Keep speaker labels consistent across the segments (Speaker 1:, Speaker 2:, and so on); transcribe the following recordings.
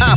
Speaker 1: A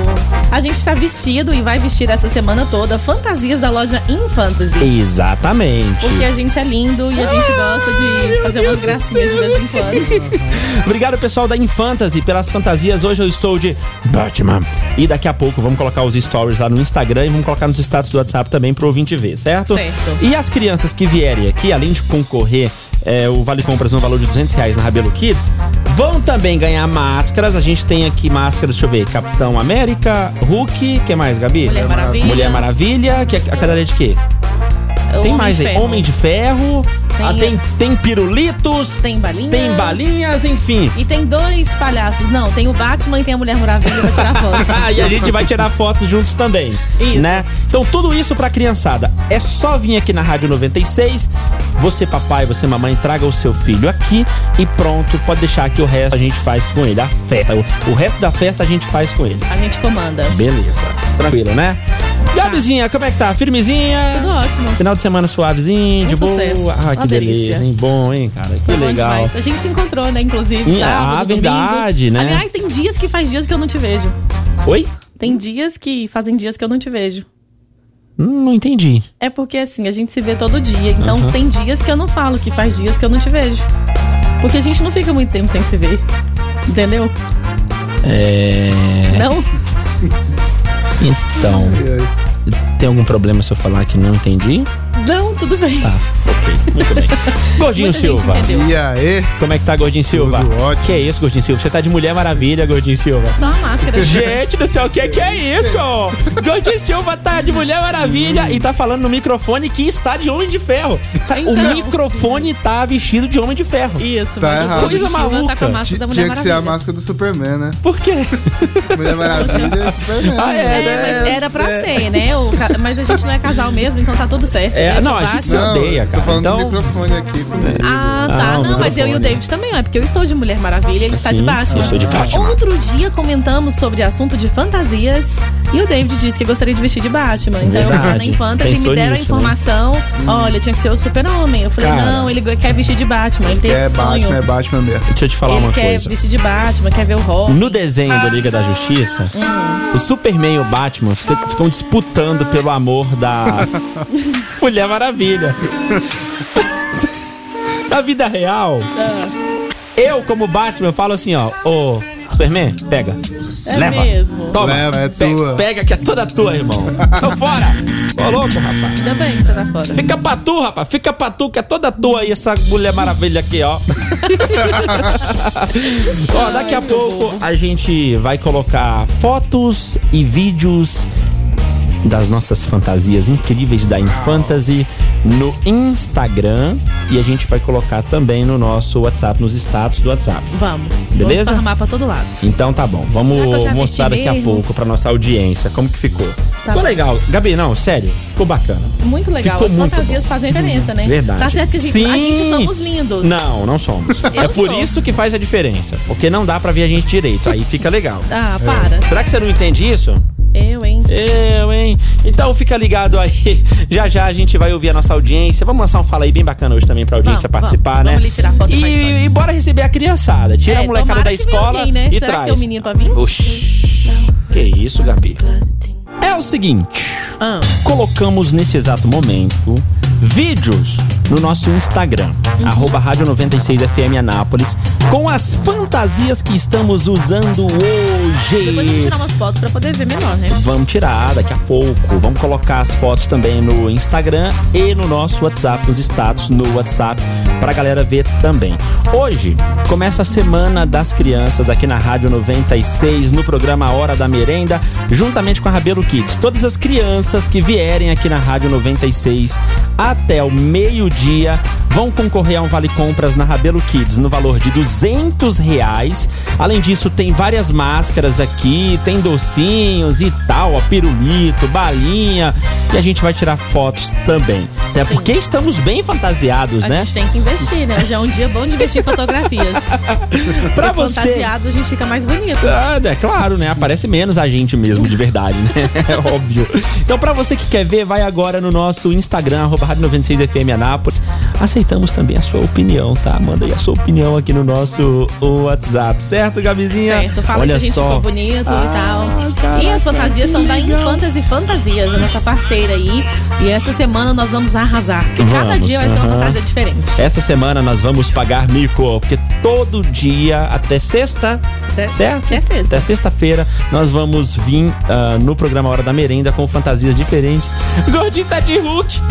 Speaker 2: A gente tá vestido e vai vestir essa semana toda fantasias da loja Infantasy.
Speaker 3: Exatamente.
Speaker 2: Porque a gente é lindo e a gente gosta de fazer umas gracinhas de vez em quando.
Speaker 3: Obrigado, pessoal da Infantasy, pelas fantasias. Hoje eu estou de Batman. E daqui a pouco vamos colocar os stories lá no Instagram e vamos colocar nos status do WhatsApp também pro ouvinte ver, certo?
Speaker 2: Certo.
Speaker 3: E as crianças que vierem aqui, além de concorrer é, o Vale Compras no valor de 200 reais na Rabelo Kids, vão também ganhar máscaras. A gente tem aqui máscaras, deixa eu ver, Capitão América, Hulk, que mais, Gabi?
Speaker 2: Mulher Maravilha.
Speaker 3: Mulher Maravilha, que é a cadeira de quê?
Speaker 2: O
Speaker 3: Tem
Speaker 2: Homem
Speaker 3: mais
Speaker 2: de
Speaker 3: aí,
Speaker 2: Ferro.
Speaker 3: Homem de Ferro,
Speaker 2: Tem-
Speaker 3: ah, tem, tem pirulitos,
Speaker 2: Tem balinhas.
Speaker 3: tem balinhas, enfim.
Speaker 2: E tem dois palhaços. Não, tem o Batman e tem a Mulher Maravilha pra tirar foto. Tá
Speaker 3: e a gente vai tirar fotos juntos também.
Speaker 2: Isso.
Speaker 3: Né? Então, tudo isso pra criançada. É só vir aqui na Rádio 96. Você, papai, você, mamãe, traga o seu filho aqui e pronto. Pode deixar que o resto a gente faz com ele. A festa. O, o resto da festa a gente faz com ele.
Speaker 2: A gente comanda.
Speaker 3: Beleza. Tranquilo, né? E a
Speaker 2: Tá.
Speaker 3: vizinha, como é que tá? Firmezinha?
Speaker 2: Tudo ótimo.
Speaker 3: Final de semana suavezinho,
Speaker 2: Um
Speaker 3: de
Speaker 2: sucesso.
Speaker 3: boa. Ah, que
Speaker 2: Uma delícia.
Speaker 3: beleza, hein? Bom, hein, cara? Que
Speaker 2: Foi bom
Speaker 3: legal.
Speaker 2: demais. A gente se encontrou, né, inclusive.
Speaker 3: Ih,
Speaker 2: sábado,
Speaker 3: ah,
Speaker 2: domingo.
Speaker 3: verdade, né?
Speaker 2: Aliás, tem dias que faz dias que eu não te vejo.
Speaker 3: Oi?
Speaker 2: Tem dias que fazem dias que eu não te vejo.
Speaker 3: Hum, Não entendi.
Speaker 2: É porque assim, a gente se vê todo dia. Então tem dias que eu não falo, que faz dias que eu não te vejo. Porque a gente não fica muito tempo sem se ver. Entendeu?
Speaker 3: É.
Speaker 2: Não?
Speaker 3: Então. Tem algum problema se eu falar que não entendi?
Speaker 2: Não, tudo bem.
Speaker 3: Tá, ok, muito bem. Gordinho
Speaker 2: Muita gente
Speaker 3: Silva.
Speaker 2: entendeu.
Speaker 4: E aí?
Speaker 3: Como é que tá, Gordinho Silva?
Speaker 4: ótimo.
Speaker 3: Que é isso, Gordinho Silva? Você tá de mulher maravilha, Gordinho Silva.
Speaker 2: Só a máscara.
Speaker 3: Gente do céu, o que, que é isso? Gordinho Silva tá de Mulher Maravilha e tá falando no microfone que está de Homem de Ferro. Tá- O
Speaker 2: Então.
Speaker 3: microfone tá vestido de Homem de Ferro.
Speaker 2: Isso,
Speaker 4: Tá
Speaker 2: mas o
Speaker 4: errado.
Speaker 2: Gordinho
Speaker 3: Coisa
Speaker 2: Silva Tá com
Speaker 3: maluca.
Speaker 2: a máscara da
Speaker 4: Tinha que
Speaker 2: Mulher
Speaker 4: ser a
Speaker 2: Maravilha.
Speaker 4: máscara do Superman, né?
Speaker 3: Por quê?
Speaker 4: Mulher Maravilha e Superman.
Speaker 3: Ah,
Speaker 2: É,
Speaker 3: é,
Speaker 2: mas
Speaker 3: né?
Speaker 2: era pra ser, né? O ca- Mas a gente não é casal mesmo, então tá tudo certo.
Speaker 3: É,
Speaker 2: Deixa
Speaker 3: não,
Speaker 2: o
Speaker 3: a gente
Speaker 2: Batman.
Speaker 3: se odeia,
Speaker 4: né? Tô
Speaker 3: cara.
Speaker 4: falando
Speaker 3: Então-
Speaker 4: do microfone aqui.
Speaker 3: Ah,
Speaker 2: Ah, tá.
Speaker 3: o
Speaker 2: não, mas eu e
Speaker 3: microfone.
Speaker 2: o David também, ó, é porque eu estou de Mulher Maravilha, ele está de
Speaker 3: Sim,
Speaker 2: Batman.
Speaker 3: eu sou de Batman.
Speaker 2: Outro dia comentamos sobre assunto de fantasias e o David disse que gostaria de vestir de Batman. Então eu fui lá na
Speaker 3: Verdade.
Speaker 2: Infantasy e
Speaker 3: Pensou
Speaker 2: me deram
Speaker 3: nisso, né?" Hum.
Speaker 2: a informação. Olha, tinha que ser o super-homem. Eu falei,
Speaker 3: Cara.
Speaker 2: não, ele quer vestir de Batman, ele tem
Speaker 4: É
Speaker 2: esse sonho.
Speaker 4: Batman, é Batman mesmo.
Speaker 3: Deixa eu te falar
Speaker 2: ele
Speaker 3: uma
Speaker 2: quer
Speaker 3: coisa.
Speaker 2: vestir de Batman, quer ver o Robin.
Speaker 3: No desenho do Liga da Justiça, o Superman e o Batman fica- ficam disputando pelo amor da Mulher Maravilha. Na vida real,
Speaker 2: Ah,
Speaker 3: eu, como Batman, falo assim, ó, ô. Superman, pega.
Speaker 2: É
Speaker 3: Leva.
Speaker 2: mesmo.
Speaker 3: Toma.
Speaker 4: Leva, é
Speaker 3: Pe-
Speaker 4: tua.
Speaker 3: Pega, que é toda tua, irmão. Então fora. Ô, louco, rapaz.
Speaker 2: Ainda bem que você tá fora.
Speaker 3: Fica pra tu, rapaz. Fica pra tu, que é toda tua aí, essa mulher maravilha aqui, ó. ó, daqui a pouco a gente vai colocar fotos e vídeos das nossas fantasias incríveis da Infantasy no Instagram e a gente vai colocar também no nosso WhatsApp, nos status do WhatsApp.
Speaker 2: Vamos.
Speaker 3: Beleza?
Speaker 2: Vamos arrumar pra todo lado.
Speaker 3: Então tá bom, vamos
Speaker 2: Será que eu já
Speaker 3: mostrar
Speaker 2: vesti
Speaker 3: daqui a
Speaker 2: mesmo?
Speaker 3: pouco pra nossa audiência como que ficou.
Speaker 2: Tá
Speaker 3: ficou
Speaker 2: bom.
Speaker 3: legal. Gabi, não, sério, ficou bacana.
Speaker 2: Muito legal.
Speaker 3: Ficou
Speaker 2: As
Speaker 3: muito
Speaker 2: fantasias
Speaker 3: bom.
Speaker 2: fazem diferença, né?
Speaker 3: Verdade.
Speaker 2: Tá certo que a gente, a gente
Speaker 3: Sim.
Speaker 2: somos lindos.
Speaker 3: Não, não somos.
Speaker 2: Eu
Speaker 3: é por
Speaker 2: sou.
Speaker 3: isso que faz a diferença, porque não dá pra ver a gente direito, aí fica legal.
Speaker 2: Ah, para.
Speaker 3: Será que você não entende isso?
Speaker 2: Eu, hein?
Speaker 3: Eu, hein? Então fica ligado aí. Já já a gente vai ouvir a nossa audiência. Vamos lançar um fala aí bem bacana hoje também pra audiência
Speaker 2: Vamos,
Speaker 3: participar,
Speaker 2: vamos.
Speaker 3: né?
Speaker 2: Vamos ali tirar foto e faz
Speaker 3: e,
Speaker 2: stories.
Speaker 3: e bora receber a criançada. Tira a
Speaker 2: É,
Speaker 3: molecada
Speaker 2: tomara
Speaker 3: da
Speaker 2: que venha
Speaker 3: escola
Speaker 2: alguém, né?
Speaker 3: e
Speaker 2: Será que
Speaker 3: traz.
Speaker 2: tem um menino pra vir?
Speaker 3: Oxi. Que isso, Gabi? É o seguinte.
Speaker 2: Ah.
Speaker 3: Colocamos nesse exato momento vídeos no nosso Instagram,
Speaker 2: Uhum.
Speaker 3: arroba Rádio 96FM Anápolis, com as fantasias que estamos usando hoje.
Speaker 2: Depois eu vou tirar umas fotos pra poder ver melhor, né?
Speaker 3: Vamos tirar daqui a pouco. Vamos colocar as fotos também no Instagram e no nosso WhatsApp, nos status no WhatsApp, pra galera ver também. Hoje começa a Semana das Crianças aqui na Rádio 96, no programa Hora da Merenda, juntamente com a Rabelo Kids. Todas as crianças que vierem aqui na Rádio 96 até o meio-dia vão concorrer a um Vale Compras na Rabelo Kids no valor de 200 reais. Além disso, tem várias máscaras aqui, tem docinhos e tal, ó, pirulito, balinha. E a gente vai tirar fotos também. É porque estamos bem fantasiados,
Speaker 2: A
Speaker 3: né?
Speaker 2: gente tem que investir, né? Já é um dia bom de investir em fotografias.
Speaker 3: Pra
Speaker 2: Porque
Speaker 3: você.
Speaker 2: Fantasiados a gente fica mais bonito.
Speaker 3: Ah, é claro, né? Aparece menos a gente mesmo, de verdade, né? É óbvio. Então, pra você que quer ver, vai agora no nosso Instagram, arroba Rádio 96FM Anápolis. Aceitamos também a sua opinião, tá? Manda aí a sua opinião aqui no nosso WhatsApp, certo, Gabizinha?
Speaker 2: Certo, fala
Speaker 3: Olha
Speaker 2: que a gente
Speaker 3: só.
Speaker 2: ficou bonito
Speaker 3: Ah,
Speaker 2: e tal. e as fantasias são da
Speaker 3: legal.
Speaker 2: Infantas e Fantasias, a nossa parceira aí. E essa semana nós vamos arrasar. Porque cada
Speaker 3: Vamos,
Speaker 2: dia vai ser
Speaker 3: aham.
Speaker 2: uma fantasia diferente.
Speaker 3: Essa semana nós vamos pagar mico, porque todo dia, até sexta,
Speaker 2: Até-
Speaker 3: certo?
Speaker 2: até sexta.
Speaker 3: Até sexta-feira, nós vamos vir ah, no programa Hora da Merenda com fantasias diferentes. Gordinho tá de Hulk!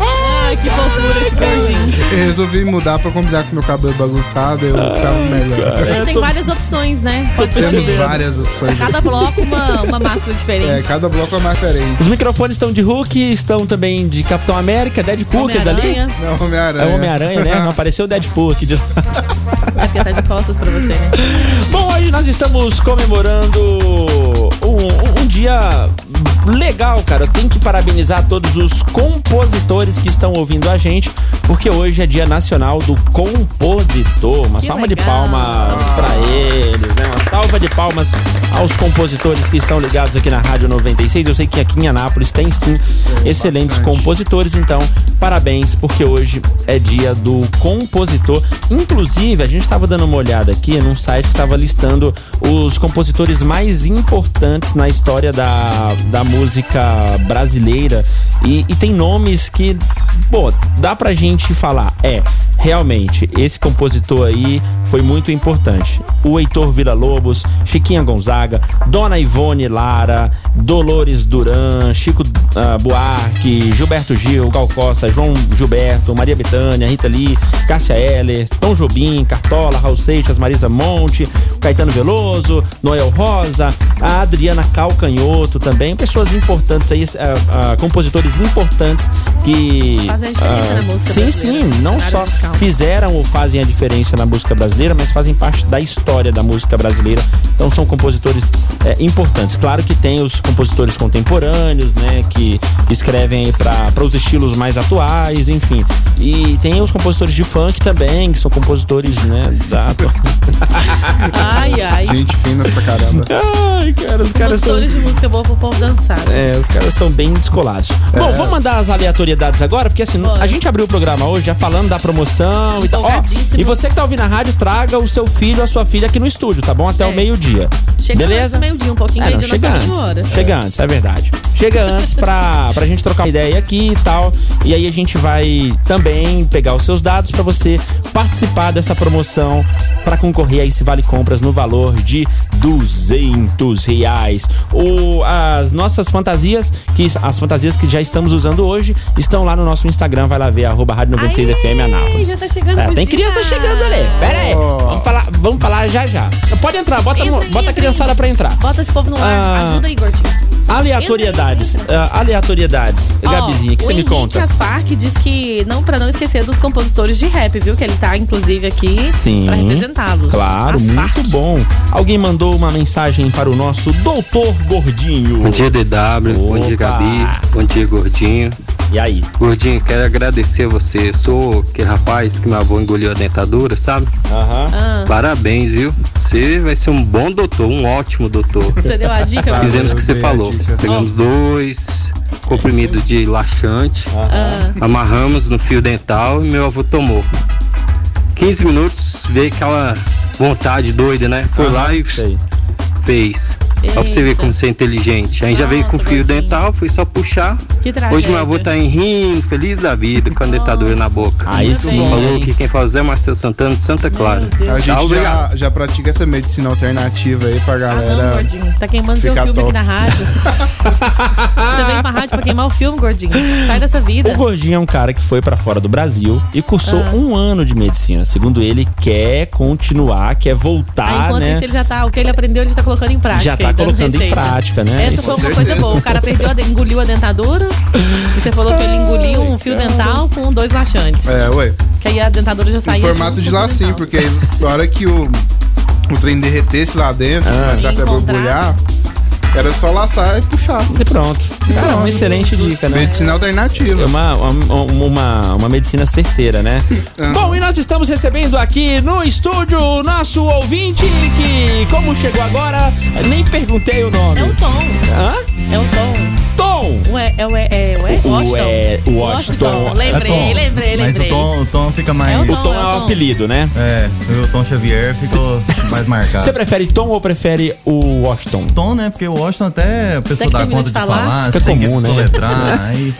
Speaker 2: Ai, que fofura
Speaker 3: É,
Speaker 2: esse gordinho.
Speaker 4: Eu resolvi mudar pra combinar com meu cabelo bagunçado, eu ficava melhor.
Speaker 3: É,
Speaker 2: Tem
Speaker 3: tô-
Speaker 2: várias opções, né? Pode
Speaker 4: Temos
Speaker 2: escolher.
Speaker 4: várias opções.
Speaker 2: Cada bloco uma, uma máscara
Speaker 4: É,
Speaker 2: diferente.
Speaker 4: cada bloco é mais diferente.
Speaker 3: Os microfones estão de Hulk, estão também de Capitão América, Deadpool, que é dali.
Speaker 2: Homem-Aranha.
Speaker 4: Não,
Speaker 3: É
Speaker 4: um Homem-Aranha.
Speaker 3: o Homem-Aranha, né? Não apareceu o Deadpool aqui de
Speaker 2: É porque tá de costas pra você, né?
Speaker 3: Bom, hoje nós estamos comemorando um, um- um dia legal, cara. Eu tenho que parabenizar todos os compositores que estão ouvindo a gente, porque hoje é dia nacional do compositor. Uma
Speaker 2: Que
Speaker 3: salva de
Speaker 2: legal.
Speaker 3: palmas pra eles, né? Uma salva de palmas aos compositores que estão ligados aqui na Rádio 96. Eu sei que aqui em Anápolis tem sim excelentes
Speaker 4: bastante.
Speaker 3: compositores, então parabéns, porque hoje é dia do compositor. Inclusive, a gente estava dando uma olhada aqui num site que estava listando os compositores mais importantes na história da, da música brasileira. E, e tem nomes que, pô, dá pra gente falar. É, realmente, esse compositor aí foi muito importante. O Heitor Villa-Lobos, Chiquinha Gonzaga, Dona Ivone Lara, Dolores Duran, Chico ah, Buarque, Gilberto Gil, Gal Costa, João Gilberto, Maria Bethânia, Rita Lee, Cássia Heller, Tom Jobim, Cartola, Raul Seixas, Marisa Monte, Caetano Veloso, Noel Rosa, a Adriana Calcanhoto também, pessoas importantes aí, ah, ah, compositores importantes que... ah,
Speaker 2: Fazem a diferença na música
Speaker 3: Sim, sim,
Speaker 2: brasileira, no
Speaker 3: não só
Speaker 2: cenário musical. né?
Speaker 3: fizeram ou fazem a diferença na música brasileira, mas fazem parte da história da música brasileira. Então são compositores é, importantes. Claro que tem os compositores contemporâneos, né, que escrevem para os estilos mais atuais, enfim. E tem os compositores de funk também, que são compositores, né, da atua-
Speaker 2: Ai, ai.
Speaker 4: Gente fina pra caramba.
Speaker 3: Ai, cara, os caras são
Speaker 2: Compositores de música boa pro povo dançar.
Speaker 3: É, os caras são bem descolados. Bom, vamos mandar as aleatoriedades agora, porque assim,
Speaker 2: Bora.
Speaker 3: a gente abriu o programa hoje já falando da promoção e tal. Ó,
Speaker 2: Empolgadíssimo.
Speaker 3: e você que tá ouvindo a rádio, traga o seu filho, a sua filha aqui no estúdio, tá bom? Até o
Speaker 2: É.
Speaker 3: meio-dia.
Speaker 2: Chega
Speaker 3: Beleza?
Speaker 2: antes do meio-dia, um pouquinho,
Speaker 3: É, não,
Speaker 2: meio-dia nós
Speaker 3: chega
Speaker 2: saímos
Speaker 3: antes.
Speaker 2: embora.
Speaker 3: Chega antes, é verdade. Chega antes pra, pra gente trocar uma ideia aqui e tal. E aí a gente vai também pegar os seus dados pra você participar dessa promoção pra concorrer a esse Vale Compras no valor de 200 reais. O, as nossas fantasias, que as fantasias que já estamos usando hoje, estão lá no nosso Instagram. Vai lá ver, arroba Rádio 96FM Anápolis.
Speaker 2: já tá chegando
Speaker 3: É, tem
Speaker 2: visita.
Speaker 3: criança chegando ali. Pera aí. Vamos falar, vamos falar já já. Pode entrar, bota,
Speaker 2: Entra
Speaker 3: no-
Speaker 2: aí,
Speaker 3: bota a
Speaker 2: entra
Speaker 3: criançada
Speaker 2: aí.
Speaker 3: pra entrar.
Speaker 2: Bota esse povo no ar.
Speaker 3: Ah.
Speaker 2: Ajuda aí, gordinho.
Speaker 3: Aleatoriedades. ah, aleatoriedades. Gabizinha, o que
Speaker 2: Ó,
Speaker 3: você
Speaker 2: o
Speaker 3: me conta?
Speaker 2: Henrique Asfark diz que, não, pra não esquecer dos compositores de rap, viu? Que ele tá, inclusive, aqui
Speaker 3: Sim.
Speaker 2: pra representá-los.
Speaker 3: Claro,
Speaker 2: Asfark.
Speaker 3: muito bom. Alguém mandou uma mensagem para o nosso doutor Gordinho.
Speaker 5: Bom dia, DW. Bom dia,
Speaker 3: Opa.
Speaker 5: Gabi. Bom dia, Gordinho.
Speaker 3: E aí?
Speaker 5: Gordinho, quero agradecer a você. Eu sou aquele rapaz que meu avô engoliu a dentadura, sabe?
Speaker 3: Aham.
Speaker 2: Ah,
Speaker 5: Parabéns, viu? Você vai ser um bom doutor, um ótimo doutor.
Speaker 2: você deu a dica?
Speaker 4: Claro.
Speaker 5: Fizemos o que
Speaker 4: eu
Speaker 5: você
Speaker 4: dei a
Speaker 5: falou.
Speaker 4: dica.
Speaker 5: Pegamos dois comprimidos de laxante,
Speaker 2: Ah,
Speaker 5: amarramos no fio dental e meu avô tomou. 15 minutos, veio aquela vontade doida, né? Foi lá e
Speaker 3: Sei.
Speaker 5: fez. Só pra você ver
Speaker 2: Eita.
Speaker 5: como você é inteligente. Aí já veio com
Speaker 2: Nossa,
Speaker 5: fio
Speaker 2: Gordinho.
Speaker 5: dental, foi só puxar.
Speaker 2: que tragédia.
Speaker 5: Hoje meu avô tá em rim, feliz da vida, com a dentadura na boca.
Speaker 3: Aí
Speaker 5: Muito
Speaker 3: sim,
Speaker 5: bom. Falou
Speaker 3: hein?
Speaker 5: que quem faz é Marcelo Santana de Santa Clara.
Speaker 2: Meu Deus.
Speaker 4: A
Speaker 5: Tá,
Speaker 4: gente já,
Speaker 5: obrigado.
Speaker 4: já pratica essa medicina alternativa aí pra
Speaker 2: Ah,
Speaker 4: galera.
Speaker 2: não, gordinho. Tá queimando seu
Speaker 4: Fica
Speaker 2: filme
Speaker 4: top.
Speaker 2: aqui na rádio. Você veio pra rádio pra queimar o filme, gordinho. Sai dessa vida.
Speaker 3: O Gordinho é um cara que foi pra fora do Brasil e cursou
Speaker 2: Ah.
Speaker 3: um ano de medicina. Segundo ele, quer continuar, quer
Speaker 2: Aí,
Speaker 3: voltar,
Speaker 2: enquanto
Speaker 3: né?
Speaker 2: isso, ele já tá. O que ele aprendeu, ele já tá colocando em prática.
Speaker 3: Já tá
Speaker 2: aí, dando
Speaker 3: colocando em
Speaker 2: receita.
Speaker 3: prática, né?
Speaker 2: Essa
Speaker 3: Isso-
Speaker 2: foi uma coisa boa. O cara perdeu, a de- engoliu a dentadura. E você falou que ele engoliu um fio dental com dois laxantes.
Speaker 4: É, ué.
Speaker 2: Que aí a dentadura já
Speaker 4: Em
Speaker 2: saiu.
Speaker 4: formato de lacinho, porque aí, na hora que o, o trem derretesse lá dentro,
Speaker 3: Ah.
Speaker 4: começasse a
Speaker 2: Encontrar.
Speaker 4: borbulhar, era só laçar e puxar. tá
Speaker 3: E pronto. Cara, uma excelente dica, né?
Speaker 4: Medicina alternativa.
Speaker 3: É uma, uma, uma, uma medicina certeira, né? Bom, e nós estamos recebendo aqui no estúdio o nosso ouvinte que, como chegou agora, nem perguntei o nome.
Speaker 2: É o tom.
Speaker 3: Hã?
Speaker 2: É o tom.
Speaker 3: Tom!
Speaker 2: Ué, é o é, é, ué?
Speaker 3: O- o- é- o Washington.
Speaker 2: Lembrei,
Speaker 3: É tom.
Speaker 2: lembrei,
Speaker 6: Mas o
Speaker 2: lembrei.
Speaker 6: Tom, o tom fica
Speaker 2: É
Speaker 6: mais.
Speaker 2: o
Speaker 3: O
Speaker 2: Tom,
Speaker 3: Tom
Speaker 2: é o
Speaker 3: é o
Speaker 2: Tom.
Speaker 3: apelido, né?
Speaker 6: É, o Tom Xavier ficou mais marcado.
Speaker 3: Você prefere Tom ou prefere o Washington?
Speaker 6: Tom, né? Porque o Washington até a
Speaker 2: Até
Speaker 6: pessoa
Speaker 2: que
Speaker 6: dá
Speaker 2: termina
Speaker 6: conta
Speaker 2: de
Speaker 6: de
Speaker 2: falar.
Speaker 6: falar,
Speaker 3: Fica
Speaker 6: você tem que
Speaker 3: comum, né?
Speaker 6: soletrar, aí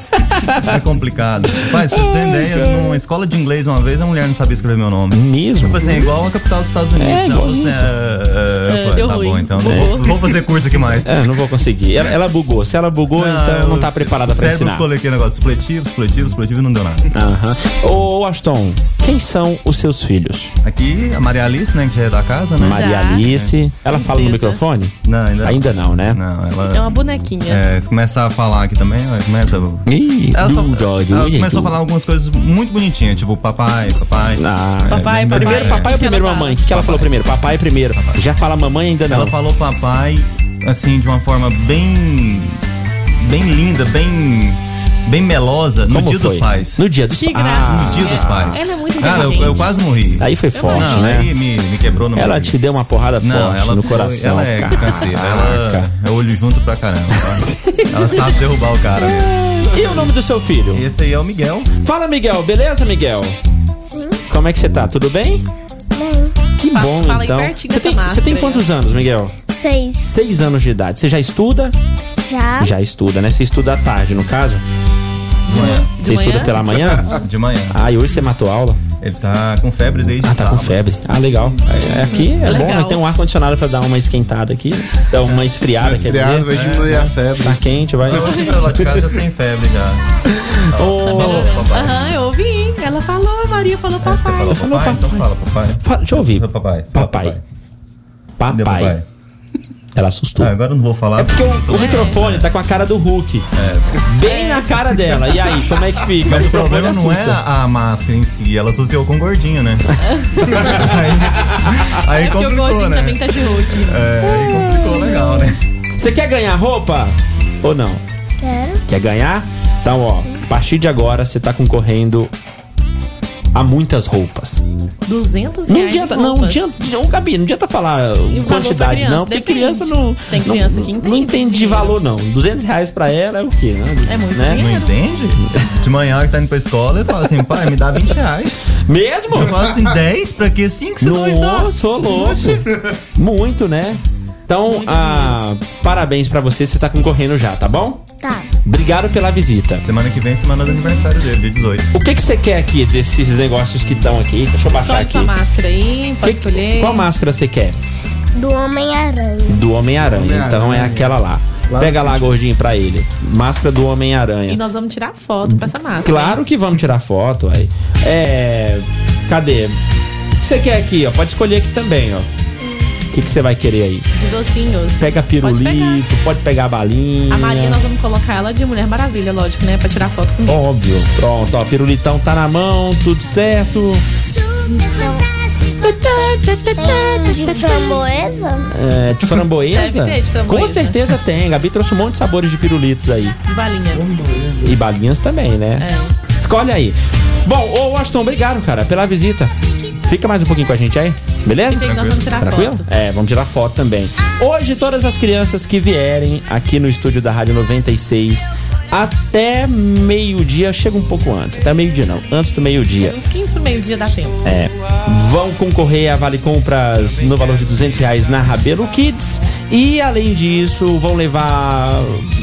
Speaker 6: é complicado. Mas você
Speaker 3: Ai,
Speaker 6: tem ideia,
Speaker 3: cara.
Speaker 6: numa escola de inglês uma vez, a mulher não sabia escrever meu nome.
Speaker 3: Mesmo?
Speaker 6: Tipo assim, é igual a capital dos Estados Unidos.
Speaker 3: É,
Speaker 6: Ela falou
Speaker 3: igualzinho.
Speaker 6: assim, "Ah, ah,
Speaker 2: É,
Speaker 6: pô,
Speaker 2: deu
Speaker 6: tá
Speaker 2: ruim.
Speaker 6: bom, então. Não
Speaker 2: Bugou.
Speaker 6: vou, vou fazer curso aqui mais.
Speaker 3: É, não vou conseguir. Ela, ela bugou. Se ela bugou, então não tá
Speaker 6: o
Speaker 3: preparada pra
Speaker 6: cérebro
Speaker 3: ensinar. Tá.
Speaker 6: Coloquei aquele negócio supletivo, supletivo, supletivo e não deu nada.
Speaker 3: Aham. Ô, Washington, quem são os seus filhos?
Speaker 6: Aqui, a Maria Alice, né? Que já é da casa, né?
Speaker 3: Maria
Speaker 2: Já.
Speaker 3: Alice. Ela
Speaker 2: Princesa.
Speaker 3: fala no microfone?
Speaker 6: Não, ainda,
Speaker 3: Ainda não, né?
Speaker 6: não. ela.
Speaker 2: É uma bonequinha.
Speaker 6: É, se começar a falar aqui também, ela começa.
Speaker 3: Ih,
Speaker 6: Ela, só,
Speaker 3: du- du-
Speaker 6: ela
Speaker 3: du-
Speaker 6: começou a
Speaker 3: du-
Speaker 6: falar algumas coisas muito bonitinhas, tipo papai, papai.
Speaker 3: Ah,
Speaker 2: Papai,
Speaker 6: é,
Speaker 2: papai.
Speaker 3: Primeiro papai ou primeiro mamãe? O que, que ela falou primeiro? Papai é primeiro. Já fala mamãe ainda não.
Speaker 6: Ela falou papai, assim, de uma forma bem. bem linda, bem. bem melosa, no
Speaker 3: Como
Speaker 6: dia
Speaker 3: foi?
Speaker 6: dos pais.
Speaker 3: No dia dos
Speaker 2: Que
Speaker 3: pais. Ah,
Speaker 2: graça.
Speaker 6: No dia dos pais.
Speaker 2: Ela é muito
Speaker 6: Cara, eu,
Speaker 2: inteligente.
Speaker 6: eu quase morri.
Speaker 3: Aí foi forte,
Speaker 6: não,
Speaker 3: né?
Speaker 6: aí me, me quebrou no
Speaker 3: Ela
Speaker 6: meio.
Speaker 3: te deu uma porrada forte no
Speaker 6: foi-
Speaker 3: coração.
Speaker 6: Ela é
Speaker 3: cara.
Speaker 6: canseira. Ela é olho junto pra caramba. tá? ela sabe derrubar o cara. mesmo.
Speaker 3: E o nome do seu filho?
Speaker 6: Esse aí é o Miguel.
Speaker 3: Fala, Miguel. Beleza, Miguel?
Speaker 7: Sim,
Speaker 3: Como é que você tá? Tudo bem?
Speaker 7: bem.
Speaker 3: Que
Speaker 2: Fa-
Speaker 3: bom,
Speaker 2: fala aí
Speaker 3: então.
Speaker 2: pertinho
Speaker 3: Você
Speaker 2: dessa
Speaker 3: tem, você
Speaker 2: máscara
Speaker 3: tem
Speaker 2: aí,
Speaker 3: quantos anos, Miguel?
Speaker 7: Seis.
Speaker 3: Seis anos de idade. Você já estuda?
Speaker 7: Já.
Speaker 3: Já estuda, né? Você estuda à tarde, no caso?
Speaker 6: De manhã.
Speaker 2: De
Speaker 3: Você estuda
Speaker 2: manhã?
Speaker 3: pela manhã?
Speaker 6: De manhã.
Speaker 3: Ah, e hoje você matou aula?
Speaker 6: Ele tá com febre desde
Speaker 3: Ah, tá com
Speaker 6: sábado.
Speaker 3: febre. Ah, legal. É, Aqui é bom, né?
Speaker 2: Legal.
Speaker 3: Tem um ar-condicionado pra dar uma esquentada aqui. Dá uma esfriada. quer
Speaker 4: Resfriado vai
Speaker 3: dizer.
Speaker 4: diminuir a febre.
Speaker 3: Tá quente, vai.
Speaker 6: Eu achei que lá de casa já sem febre já.
Speaker 3: Ô,
Speaker 6: Falou, papai.
Speaker 2: Aham, eu ouvi. hein? Ela falou, a Maria falou
Speaker 6: Você
Speaker 2: papai.
Speaker 6: falou papai? Então fala, papai.
Speaker 3: fala- deixa eu ouvir.
Speaker 6: Fala, papai. Fala,
Speaker 3: Papai.
Speaker 6: Cadê o
Speaker 3: Papai.
Speaker 6: papai?
Speaker 3: Ela assustou.
Speaker 6: Ah, agora eu não vou falar.
Speaker 3: É porque o, o microfone tá com a cara do Hulk. Bem na cara dela. E aí, como é que fica?
Speaker 6: É. Mas
Speaker 3: o
Speaker 6: o
Speaker 3: microfone
Speaker 6: problema não é
Speaker 3: assusta.
Speaker 6: a a máscara em si, ela associou com o gordinho, né? aí aí
Speaker 2: É porque o
Speaker 6: complicou,
Speaker 2: gordinho
Speaker 6: né?
Speaker 2: também tá de look.
Speaker 6: É, aí complicou legal, né?
Speaker 3: Você quer ganhar roupa? Ou não?
Speaker 7: Quero.
Speaker 3: Quer ganhar? Então, ó, a partir de agora você tá concorrendo a muitas roupas.
Speaker 2: 200 reais.
Speaker 3: Não adianta,
Speaker 2: em
Speaker 3: não
Speaker 2: roupas.
Speaker 3: adianta, não, Gabi, não adianta falar
Speaker 2: valor pra
Speaker 3: quantidade,
Speaker 2: criança,
Speaker 3: não, porque
Speaker 2: depende.
Speaker 3: criança não.
Speaker 2: Tem criança
Speaker 3: não,
Speaker 2: que
Speaker 3: Não
Speaker 2: entende
Speaker 3: entende de
Speaker 2: dinheiro.
Speaker 3: valor, não. 200 reais pra ela é o quê? Né?
Speaker 2: É muito
Speaker 3: né?
Speaker 2: dinheiro.
Speaker 6: Não entende? De manhã que tá indo pra escola, ele fala assim, pai, me dá 20 reais.
Speaker 3: Mesmo?
Speaker 6: Eu falo assim, 10? Pra quê? 5 se dois dá.
Speaker 3: Nossa, ô louco. Muito, né? Então, ah, parabéns pra você, você tá concorrendo já, tá bom?
Speaker 7: Tá.
Speaker 3: Obrigado pela visita.
Speaker 6: Semana que vem, é semana do aniversário dele, dia 18.
Speaker 3: O que que você quer aqui desses negócios que estão aqui? Deixa eu baixar
Speaker 2: Escolhe
Speaker 3: Tá aqui.
Speaker 2: sua Tá máscara aí, pode
Speaker 3: Que-
Speaker 2: escolher.
Speaker 3: Qual máscara você quer?
Speaker 7: Do é Homem-Aranha.
Speaker 3: Do Homem-Aranha.
Speaker 4: Homem-Aranha.
Speaker 3: então é aquela lá. Pega lá, gordinho, pra ele. Máscara do
Speaker 2: E
Speaker 3: Homem-Aranha.
Speaker 2: nós vamos tirar foto com essa máscara.
Speaker 3: Claro que vamos tirar foto aí. É. Cadê? O que você quer aqui, ó? Pode escolher aqui também, ó. O que que você vai querer aí?
Speaker 2: de docinhos.
Speaker 3: Pega pirulito,
Speaker 2: Pode pegar.
Speaker 3: pode pegar, a balinha.
Speaker 2: A Maria, nós vamos colocar ela de Mulher Maravilha, lógico, né? Pra tirar foto comigo.
Speaker 3: Óbvio. Pronto, ó, pirulitão tá na mão, tudo certo.
Speaker 7: Então, Tem de framboesa?
Speaker 3: É, de framboesa?
Speaker 2: Deve ter de framboesa.
Speaker 3: Com certeza tem. Gabi trouxe um monte de sabores de pirulitos aí.
Speaker 2: De balinha.
Speaker 3: E balinhas também, né?
Speaker 2: É.
Speaker 3: Escolhe aí. Bom, ô Washington, obrigado, cara, pela visita. Fica mais um pouquinho com a gente aí, beleza?
Speaker 2: Tem que nós vamos tirar
Speaker 3: Tranquilo?
Speaker 2: foto.
Speaker 3: É, vamos tirar foto também. Hoje, todas as crianças que vierem aqui no estúdio da Rádio 96 até meio-dia, chega um pouco antes, até meio-dia não, antes do meio-dia.
Speaker 2: Uns 15 pro meio-dia dá tempo.
Speaker 3: É, vão concorrer a Vale Compras no valor de 200 reais na Rabelo Kids. E além disso, vão levar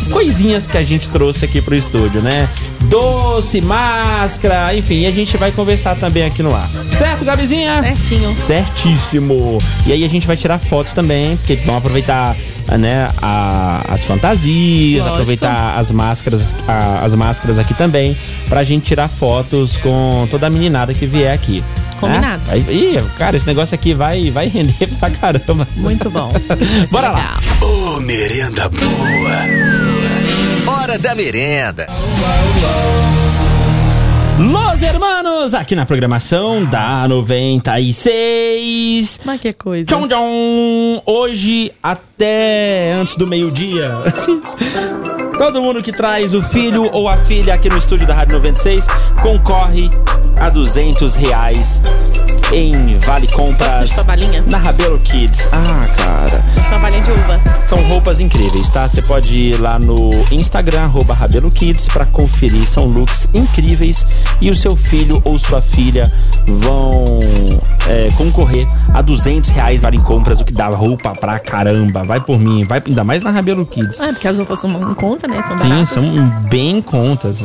Speaker 3: coisinhas que a gente trouxe aqui pro estúdio, né? Doce, máscara, enfim, a gente vai conversar também aqui no ar. Certo, Gabizinha?
Speaker 2: Certinho.
Speaker 3: Certíssimo. E aí a gente vai tirar fotos também, porque vão aproveitar né, a- as fantasias,
Speaker 2: Lógico.
Speaker 3: aproveitar as máscaras, a- as máscaras aqui também, pra gente tirar fotos com toda a meninada que vier aqui. né?
Speaker 2: Combinado.
Speaker 3: Aí, ih, cara, esse negócio aqui vai, vai render pra caramba.
Speaker 2: Muito bom. Vai ser
Speaker 3: Bora lá.
Speaker 2: legal.
Speaker 8: Ô, merenda boa.
Speaker 1: Hora da merenda.
Speaker 3: Los Hermanos, aqui na programação da 96.
Speaker 2: Mas que coisa.
Speaker 3: Tchau, tchau! Hoje até antes do meio-dia. Todo mundo que traz o filho ou a filha aqui no estúdio da Rádio 96 concorre a 200 reais em Vale
Speaker 2: Posso
Speaker 3: Compras
Speaker 2: deixar a balinha?
Speaker 3: na Rabelo Kids. Ah, cara.
Speaker 2: Uma balinha de uva.
Speaker 3: São roupas incríveis, tá? Você pode ir lá no Instagram, arroba Rabelo Kids, pra conferir. São looks incríveis e o seu filho ou sua filha vão é, concorrer a 200 reais vale em compras, o que dá roupa pra caramba. Vai por mim, vai ainda mais na Rabelo Kids.
Speaker 2: Ah, porque as roupas são em conta, né? São
Speaker 3: Sim,
Speaker 2: baratas.
Speaker 3: são bem em contas.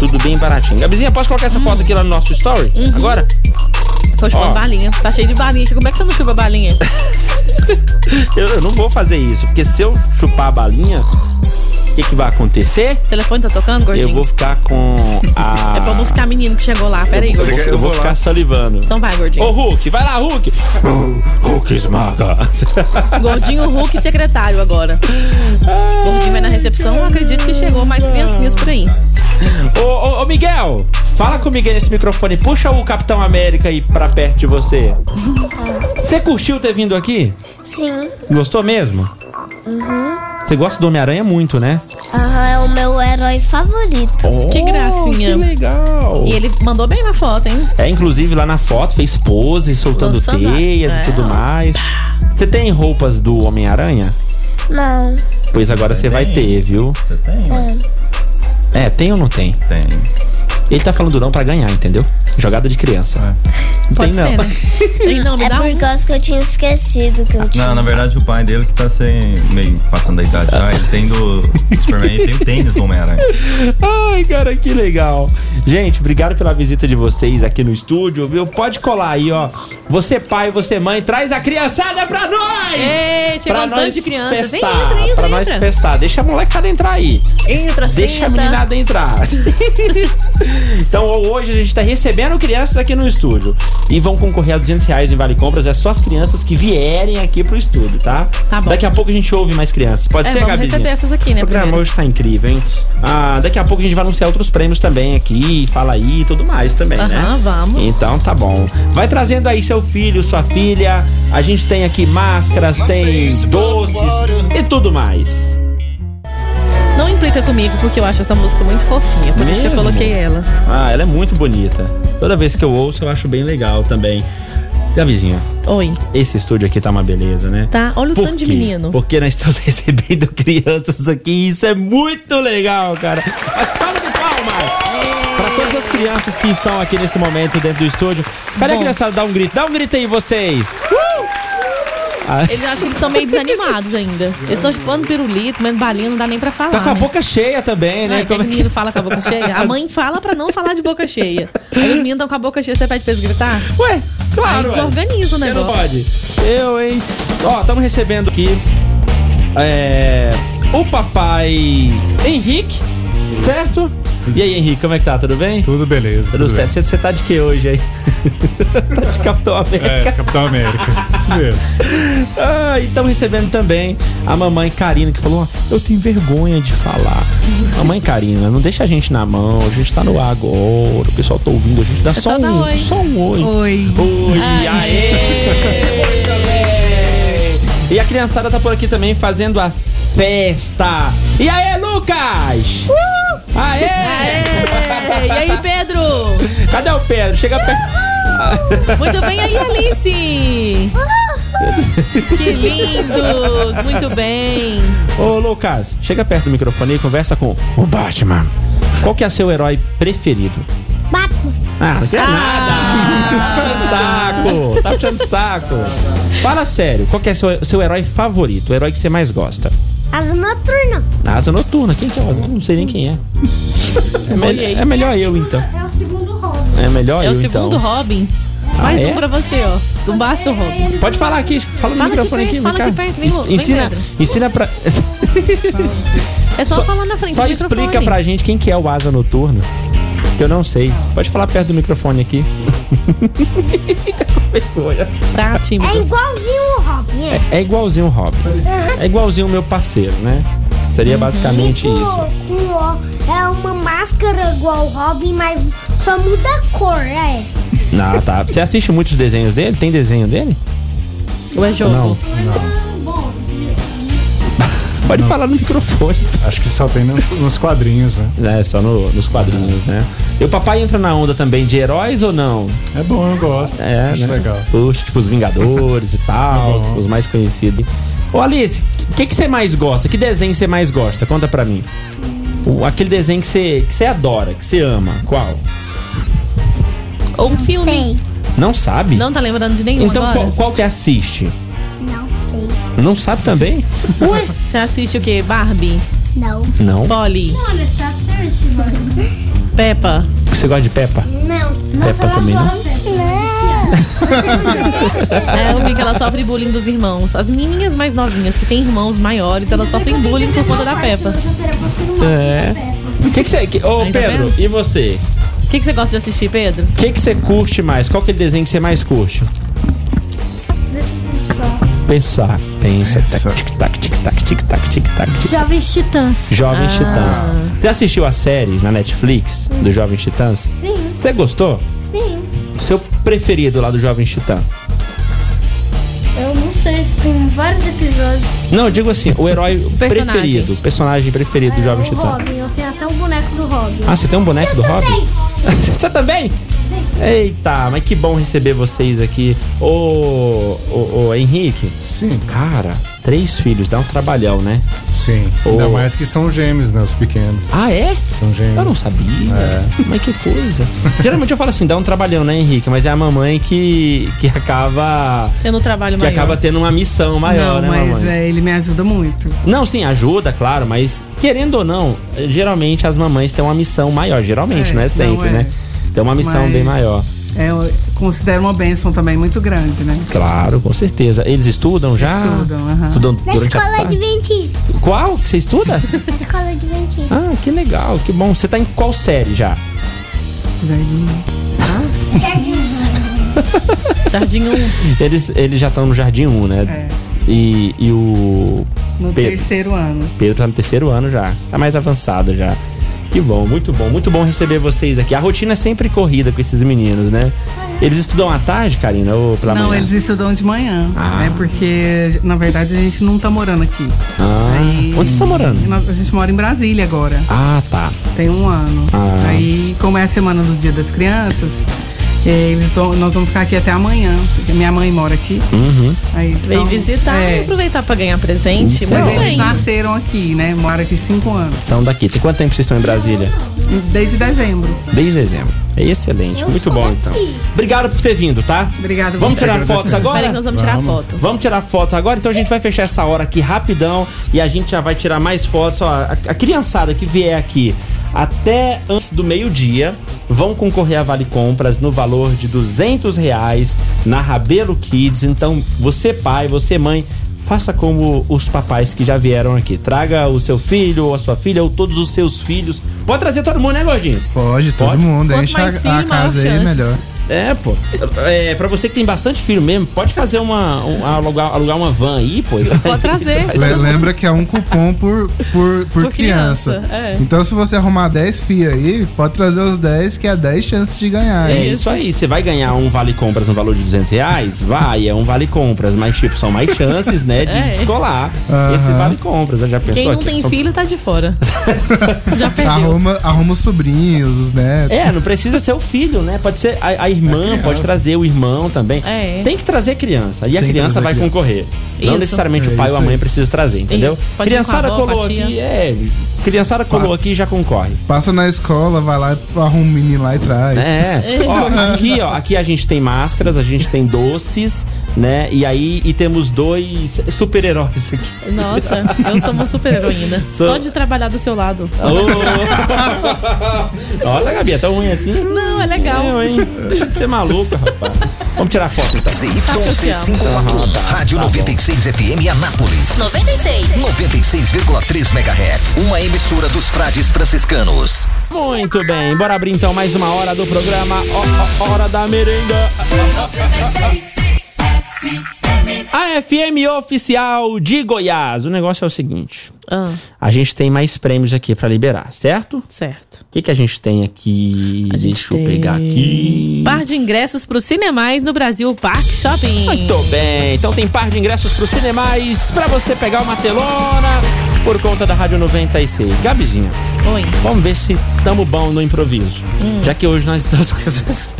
Speaker 3: Tudo bem baratinho. Gabizinha, posso colocar essa foto aqui lá no nosso story?
Speaker 2: Uhum.
Speaker 3: Agora?
Speaker 2: Tô chupando
Speaker 3: Ó.
Speaker 2: balinha. Tá cheio de balinha aqui. Como é que você não chupa balinha?
Speaker 3: Eu, eu não vou fazer isso, porque se eu chupar a balinha, o que, que vai acontecer?
Speaker 2: O telefone tá tocando, gordinho?
Speaker 3: Eu vou ficar com a.
Speaker 2: É pra buscar menino que chegou lá. Pera aí,
Speaker 3: Eu vou,
Speaker 2: gordinho.
Speaker 3: eu
Speaker 4: vou
Speaker 3: vou
Speaker 4: lá.
Speaker 3: ficar salivando.
Speaker 2: Então vai,
Speaker 3: Ô,
Speaker 2: gordinho.
Speaker 3: Hulk, vai lá, Hulk! Hulk esmaga!
Speaker 2: Gordinho, Hulk e secretário agora. Gordinho vai na recepção. Eu acredito que chegou mais criancinhas por aí.
Speaker 3: ô, ô, ô, Miguel! Fala comigo aí nesse microfone. Puxa o Capitão América aí pra perto de você. Você curtiu ter vindo aqui?
Speaker 7: Sim.
Speaker 3: Gostou mesmo?
Speaker 2: Uhum.
Speaker 3: Você gosta do Homem-Aranha muito, né?
Speaker 7: Aham, é o meu herói favorito.
Speaker 2: Que
Speaker 3: Oh,
Speaker 2: gracinha.
Speaker 3: Que legal!
Speaker 2: E ele mandou bem na foto, hein?
Speaker 3: É, inclusive lá na foto fez pose, soltando
Speaker 2: Lançando a-
Speaker 3: teias e
Speaker 2: é.
Speaker 3: tudo mais. Você tem roupas do Homem-Aranha?
Speaker 7: Não.
Speaker 3: Pois agora você vai
Speaker 6: Tem.
Speaker 3: ter, viu?
Speaker 6: Você tem?
Speaker 3: É, tem ou não tem?
Speaker 6: Tem.
Speaker 3: Ele tá falando não pra ganhar, entendeu? Jogada de criança. Não
Speaker 2: Pode
Speaker 3: tem
Speaker 2: ser,
Speaker 3: não.
Speaker 2: né? Tem não, me
Speaker 7: É
Speaker 2: dá
Speaker 7: por
Speaker 2: um.
Speaker 7: causa que eu tinha esquecido que eu tinha.
Speaker 6: Não, na verdade o pai dele que tá sem, meio passando da idade já, ele tem do Superman e tem o tênis do Homem-Aranha.
Speaker 3: Ai, cara, que legal. Gente, obrigado pela visita de vocês aqui no estúdio, viu? Pode colar aí, ó. Você pai, você mãe, traz a criançada pra nós!
Speaker 2: Ei, chegou
Speaker 3: pra
Speaker 2: um
Speaker 3: nós
Speaker 2: tanto de criança. Vem,
Speaker 3: festar,
Speaker 2: entra, entra,
Speaker 3: pra nós
Speaker 2: entra.
Speaker 3: festar. Deixa a molecada entrar aí.
Speaker 2: Entra,
Speaker 3: Deixa a
Speaker 2: senta.
Speaker 3: meninada entrar. então hoje a gente tá recebendo crianças aqui no estúdio. E vão concorrer a 200 reais em Vale Compras. É só as crianças que vierem aqui pro estúdio, tá?
Speaker 2: Tá bom.
Speaker 3: Daqui a pouco a gente ouve mais crianças. Pode
Speaker 2: É,
Speaker 3: ser,
Speaker 2: vamos
Speaker 3: Gabi?
Speaker 2: receber essas aqui, né,
Speaker 3: O programa
Speaker 2: primeiro.
Speaker 3: hoje tá incrível, hein? Ah, daqui a pouco a gente vai anunciar outros prêmios também aqui. Fala aí e tudo mais também, né?
Speaker 2: Aham, vamos.
Speaker 3: Então tá bom. Vai trazendo aí seu filho, sua filha. A gente tem aqui máscaras, tem doces e tudo mais.
Speaker 2: Não implica comigo, porque eu acho essa música muito fofinha. Por isso que eu
Speaker 3: Mesmo?
Speaker 2: coloquei ela.
Speaker 3: Ah, ela é muito bonita. Toda vez que eu ouço, eu acho bem legal também. Gabizinho,
Speaker 2: Oi.
Speaker 3: esse estúdio aqui tá uma beleza, né?
Speaker 2: Tá, olha o tanto de
Speaker 3: quê?
Speaker 2: menino.
Speaker 3: Porque nós estamos recebendo crianças aqui e isso é muito legal, cara. Uma salva de palmas! Pra todas as crianças que estão aqui nesse momento dentro do estúdio. Cadê a
Speaker 2: Bom.
Speaker 3: criançada? Dá um grito. Dá um grito aí, vocês! Uh! Ah,
Speaker 2: Eles acham que eles são meio desanimados ainda. Eles estão chupando pirulito, comendo balinha, não dá nem pra falar.
Speaker 3: Tá com a
Speaker 2: né?
Speaker 3: boca cheia também, né?
Speaker 2: Ai, que
Speaker 3: Como é que-
Speaker 2: menino fala com a boca cheia. A mãe fala pra não falar de boca cheia. Aí os meninos estão com a boca cheia, você pede pra eles gritar?
Speaker 3: Ué,
Speaker 2: Aí
Speaker 3: claro, ué.
Speaker 2: desorganiza o
Speaker 3: Você não
Speaker 2: negócio.
Speaker 3: pode. Eu, hein? Ó, estamos recebendo aqui é, o papai Henrique, certo? E aí, Henrique, como é que tá? Tudo bem?
Speaker 9: Tudo beleza.
Speaker 3: Tudo certo. Você tá de que hoje aí? Tá de Capitão América.
Speaker 10: É, Capitão América. Isso mesmo.
Speaker 3: Ah, e estamos recebendo também a mamãe Karina, que falou: "Ó, Eu tenho vergonha de falar. mamãe Karina, não deixa a gente na mão, a gente tá no ar agora, o pessoal tá ouvindo, a gente dá só,
Speaker 2: É só dar
Speaker 3: um,
Speaker 2: oi.
Speaker 3: só um oi.
Speaker 9: Oi.
Speaker 3: Oi, aê! E a criançada tá por aqui também fazendo a festa. E aê, Lucas! Aê!
Speaker 2: Uh! Aê! E aí, Pedro?
Speaker 3: Cadê o Pedro? Chega perto.
Speaker 2: Muito bem aí, Alice! Que lindos! Muito bem!
Speaker 3: Ô, Lucas, chega perto do microfone e conversa com o Batman. Qual que é seu herói preferido?
Speaker 7: Batman.
Speaker 3: Ah, não quer nada!
Speaker 2: Ah.
Speaker 3: Tá puxando saco! Tá puxando saco! Fala sério, qual que é seu, seu herói favorito? O herói que você mais gosta?
Speaker 7: Asa noturna.
Speaker 3: Na Asa Noturna, quem que é? o Asa? Não sei nem quem é. É, mel- é melhor eu, então.
Speaker 9: É o segundo Robin.
Speaker 3: É melhor
Speaker 2: É
Speaker 3: eu,
Speaker 2: o segundo
Speaker 3: então.
Speaker 2: Robin. Mais
Speaker 3: Ah, é?
Speaker 2: um pra você, ó. Não basta o Robin.
Speaker 3: Pode falar aqui, fala no
Speaker 2: Fala aqui
Speaker 3: microfone
Speaker 2: perto,
Speaker 3: aqui,
Speaker 2: fala
Speaker 3: vem cá.
Speaker 2: aqui perto, vem, Lu, vem,
Speaker 3: ensina,
Speaker 2: Pedro.
Speaker 3: ensina pra.
Speaker 2: É só, falar na frente
Speaker 3: Só
Speaker 2: do
Speaker 3: explica
Speaker 2: microfone.
Speaker 3: pra gente quem que é o Asa Noturna. Que eu não sei. Pode falar perto do microfone aqui. Vergonha.
Speaker 2: Tá, time.
Speaker 7: É igualzinho o Robin. É.
Speaker 3: É igualzinho o Robin. É igualzinho o meu parceiro, né? Seria basicamente
Speaker 9: Uhum.
Speaker 7: Tipo,
Speaker 3: isso.
Speaker 7: com o- é uma máscara igual o Robin, mas só muda a cor, é.
Speaker 3: Ah, tá. Você assiste muitos desenhos dele? Tem desenho dele?
Speaker 2: Ou é jogo?
Speaker 3: Não. Pode falar no microfone.
Speaker 10: Acho que só tem no- nos quadrinhos, né?
Speaker 3: É, só no- nos quadrinhos, né? E o papai entra na onda também de heróis ou não?
Speaker 10: É bom, eu gosto.
Speaker 3: É,
Speaker 10: Acho
Speaker 3: né?
Speaker 10: legal.
Speaker 3: Os, tipo, os Vingadores e tal,
Speaker 10: Tá bom.
Speaker 3: os mais conhecidos. Ô Alice, o que, que você mais gosta? Que desenho você mais gosta? Conta pra mim. O- aquele desenho que você, que você adora, que você ama. Qual?
Speaker 2: Ou um filme?
Speaker 7: Sei.
Speaker 3: Não sabe?
Speaker 2: Não tá lembrando de nenhum
Speaker 3: então qual,
Speaker 2: agora?
Speaker 3: qual que assiste?
Speaker 7: Não sei.
Speaker 3: Não sabe também? Ué?
Speaker 2: Você assiste o quê? Barbie?
Speaker 7: Não.
Speaker 3: Não.
Speaker 2: Polly?
Speaker 7: Olha, está certo, mano.
Speaker 2: Peppa?
Speaker 3: Você gosta de Peppa?
Speaker 7: Não.
Speaker 3: Peppa também É não?
Speaker 7: Não.
Speaker 2: É, eu vi que ela sofre bullying dos irmãos. As menininhas mais novinhas, que têm irmãos maiores, elas sofrem bullying por conta da Peppa.
Speaker 3: O É. que, que você. que- Ô,
Speaker 2: Aí tá
Speaker 3: Pedro,
Speaker 2: vendo?
Speaker 3: e você?
Speaker 2: O que, que você gosta de assistir, Pedro?
Speaker 3: O que, que você curte mais? Qual que é o desenho que você mais curte? Pensar. Pensa.
Speaker 4: Pensa.
Speaker 3: Tac, Tic-tac, tic-tac, tic-tac, tic-tac. tic-
Speaker 7: Jovens Titãs.
Speaker 3: Jovens Titãs. Você assistiu a série na Netflix do Jovens Titãs?
Speaker 7: Sim,
Speaker 3: Você gostou?
Speaker 7: sim.
Speaker 3: O seu preferido lá do Jovens Titã?
Speaker 7: Eu não sei se tem vários episódios.
Speaker 3: Não, eu digo assim, o herói
Speaker 2: personagem.
Speaker 3: preferido, o personagem preferido do Jovens
Speaker 7: É, o
Speaker 3: Titã.
Speaker 7: Robin, eu tenho até um boneco do Robin.
Speaker 3: Ah, você tem um boneco do Robin? você também? Eita, mas que bom receber vocês aqui. Ô, ô, ô, Henrique,
Speaker 10: Sim,
Speaker 3: cara, três filhos, dá um trabalhão, né?
Speaker 10: sim.
Speaker 3: Oh.
Speaker 10: Ainda mais que são gêmeos, né? Os pequenos.
Speaker 3: Ah, é?
Speaker 10: São gêmeos. É.
Speaker 3: Eu não sabia. Mas que coisa. Geralmente eu falo assim, dá um trabalhão, né, Henrique? Mas é a mamãe que, que acaba
Speaker 2: Tendo um trabalho
Speaker 3: Que
Speaker 2: maior.
Speaker 3: acaba tendo uma missão maior,
Speaker 9: não,
Speaker 3: né,
Speaker 9: mas
Speaker 3: mamãe?
Speaker 9: é, ele me ajuda muito.
Speaker 3: Não, sim, ajuda, claro, mas querendo ou não, geralmente as mamães têm uma missão maior. Geralmente,
Speaker 9: É,
Speaker 3: não é
Speaker 9: não
Speaker 3: sempre,
Speaker 9: é.
Speaker 3: né? Tem uma missão
Speaker 9: Mas-
Speaker 3: bem maior.
Speaker 9: É, eu considero uma bênção também muito grande, né?
Speaker 3: Claro, com certeza. Eles estudam já?
Speaker 9: Estudam, aham.
Speaker 3: Estudam
Speaker 7: Na
Speaker 3: durante a
Speaker 7: escola
Speaker 3: tarde?
Speaker 7: adventista.
Speaker 3: Qual que você estuda?
Speaker 7: Na escola adventista.
Speaker 3: ah, que legal, que bom. Você tá em qual série já?
Speaker 9: Jardim.
Speaker 2: Jardim 1.
Speaker 3: Eles, eles já estão no Jardim 1, né? E, e o
Speaker 9: É. No
Speaker 3: Pedro.
Speaker 9: terceiro ano.
Speaker 3: Pedro tá no terceiro ano já. Tá mais avançado já. Que bom, muito bom, muito bom receber vocês aqui. A rotina é sempre corrida com esses meninos, né? Eles estudam à tarde, Karina, ou pela
Speaker 9: É. não,
Speaker 3: manhã?
Speaker 9: eles estudam de manhã. Né? Porque, na verdade, a gente não tá morando aqui.
Speaker 3: Ah,
Speaker 9: Aí-
Speaker 3: onde vocês estão morando?
Speaker 9: Nós- a gente mora em Brasília agora.
Speaker 3: Ah, tá.
Speaker 9: Tem um ano.
Speaker 3: Ah.
Speaker 9: Aí, como é a semana do Dia das Crianças, eh, eles vão- nós vamos ficar aqui até amanhã. Porque minha mãe mora aqui. Aí eles
Speaker 2: Vem
Speaker 9: vão-
Speaker 2: visitar
Speaker 9: é.
Speaker 2: e aproveitar pra ganhar presente.
Speaker 3: Isso é
Speaker 2: Mas
Speaker 9: Mas eles
Speaker 2: bem.
Speaker 9: nasceram aqui, né? Moram aqui cinco anos.
Speaker 3: São daqui. Tem quanto tempo vocês estão em Brasília?
Speaker 9: Desde dezembro.
Speaker 3: Desde dezembro. É excelente, muito bom então. Obrigado por ter vindo, tá?
Speaker 9: Obrigada,
Speaker 3: Vamos
Speaker 9: você.
Speaker 3: tirar fotos
Speaker 2: Peraí que
Speaker 3: agora?
Speaker 2: nós vamos tirar foto.
Speaker 3: Vamos tirar fotos agora, então a gente vai fechar essa hora aqui rapidão e a gente já vai tirar mais fotos. Ó, a, a criançada que vier aqui até antes do meio-dia vão concorrer a Vale Compras no valor de 200 reais na Rabelo Kids. Então você pai, você mãe, faça como os papais que já vieram aqui. Traga o seu filho ou a sua filha ou todos os seus filhos. Pode trazer todo mundo, né, gordinho?
Speaker 4: Pode, todo
Speaker 3: Pode?
Speaker 4: mundo.
Speaker 2: Quanto
Speaker 4: Enche a,
Speaker 2: mais filho,
Speaker 4: a
Speaker 2: maior
Speaker 4: casa aí,
Speaker 2: chance.
Speaker 4: melhor.
Speaker 3: É, pô. É, pra você que tem bastante filho mesmo, pode fazer uma. um- alugar, alugar uma van aí, pô.
Speaker 2: Pode trazer.
Speaker 4: Le- Lembra que é um cupom por, por, por,
Speaker 2: Por criança,
Speaker 4: criança.
Speaker 2: é.
Speaker 4: Então, se você arrumar 10 FIA aí, pode trazer os 10, que é 10 chances de ganhar.
Speaker 3: É
Speaker 4: hein?
Speaker 3: isso aí, você vai ganhar um vale compras no valor de 200 reais? Vai, é um vale compras, mas tipo, são mais chances, né, de
Speaker 2: É.
Speaker 3: descolar esse vale compras. né? Já pensou
Speaker 2: Quem não
Speaker 3: aqui?
Speaker 2: tem
Speaker 3: São-
Speaker 2: filho tá de fora. Já perdeu.
Speaker 4: Arruma, arruma os sobrinhos, os netos.
Speaker 3: É, não precisa ser o filho, né? Pode ser a, a
Speaker 4: É
Speaker 3: irmã, pode trazer o irmão também.
Speaker 2: É.
Speaker 3: Tem que trazer criança. E a
Speaker 4: Tem que
Speaker 3: criança
Speaker 4: trazer
Speaker 3: vai
Speaker 4: criança.
Speaker 3: concorrer. Não
Speaker 2: Isso.
Speaker 3: necessariamente o
Speaker 4: É
Speaker 3: pai ou a
Speaker 4: isso
Speaker 3: mãe
Speaker 4: aí.
Speaker 3: precisa trazer, entendeu?
Speaker 2: Isso. Pode ir com a
Speaker 3: Criançada
Speaker 2: avó, com a
Speaker 3: colou
Speaker 2: tia.
Speaker 3: aqui, é. Criançada colou aqui e já concorre.
Speaker 4: Passa na escola, vai lá, arruma um menino lá e traz.
Speaker 3: É. Ó, aqui, ó, aqui a gente tem máscaras, a gente tem doces, né? E aí e temos dois super-heróis aqui.
Speaker 2: Nossa, eu sou uma super heroína. Só de trabalhar do seu lado.
Speaker 3: Ô! Nossa, Gabi, é tão ruim assim?
Speaker 2: Não, é legal.
Speaker 3: Eu, hein? Deixa de ser maluco, rapaz. Vamos tirar foto então.
Speaker 1: ZYC54, Rádio 96 FM Anápolis.
Speaker 11: 96.
Speaker 1: 96,3 MHz. Uma emissora dos frades franciscanos.
Speaker 3: então. Muito bem, bora abrir então mais uma hora do programa Ó, ó, Hora da Merenda. A FM Oficial de Goiás. O negócio é o seguinte:
Speaker 2: Ah,
Speaker 3: a gente tem mais prêmios aqui pra liberar, certo? O
Speaker 2: certo.
Speaker 3: que, que a gente tem aqui? Deixa eu
Speaker 2: tem-
Speaker 3: pegar aqui.
Speaker 2: Par de ingressos pro Cinemais no Brasil Park Shopping.
Speaker 3: Muito bem, então tem par de ingressos pro Cinemais pra você pegar uma telona por conta da Rádio 96. Gabizinho,
Speaker 2: Oi.
Speaker 3: vamos ver se tamo bom no improviso.
Speaker 2: Hum.
Speaker 3: Já que hoje nós estamos com essas,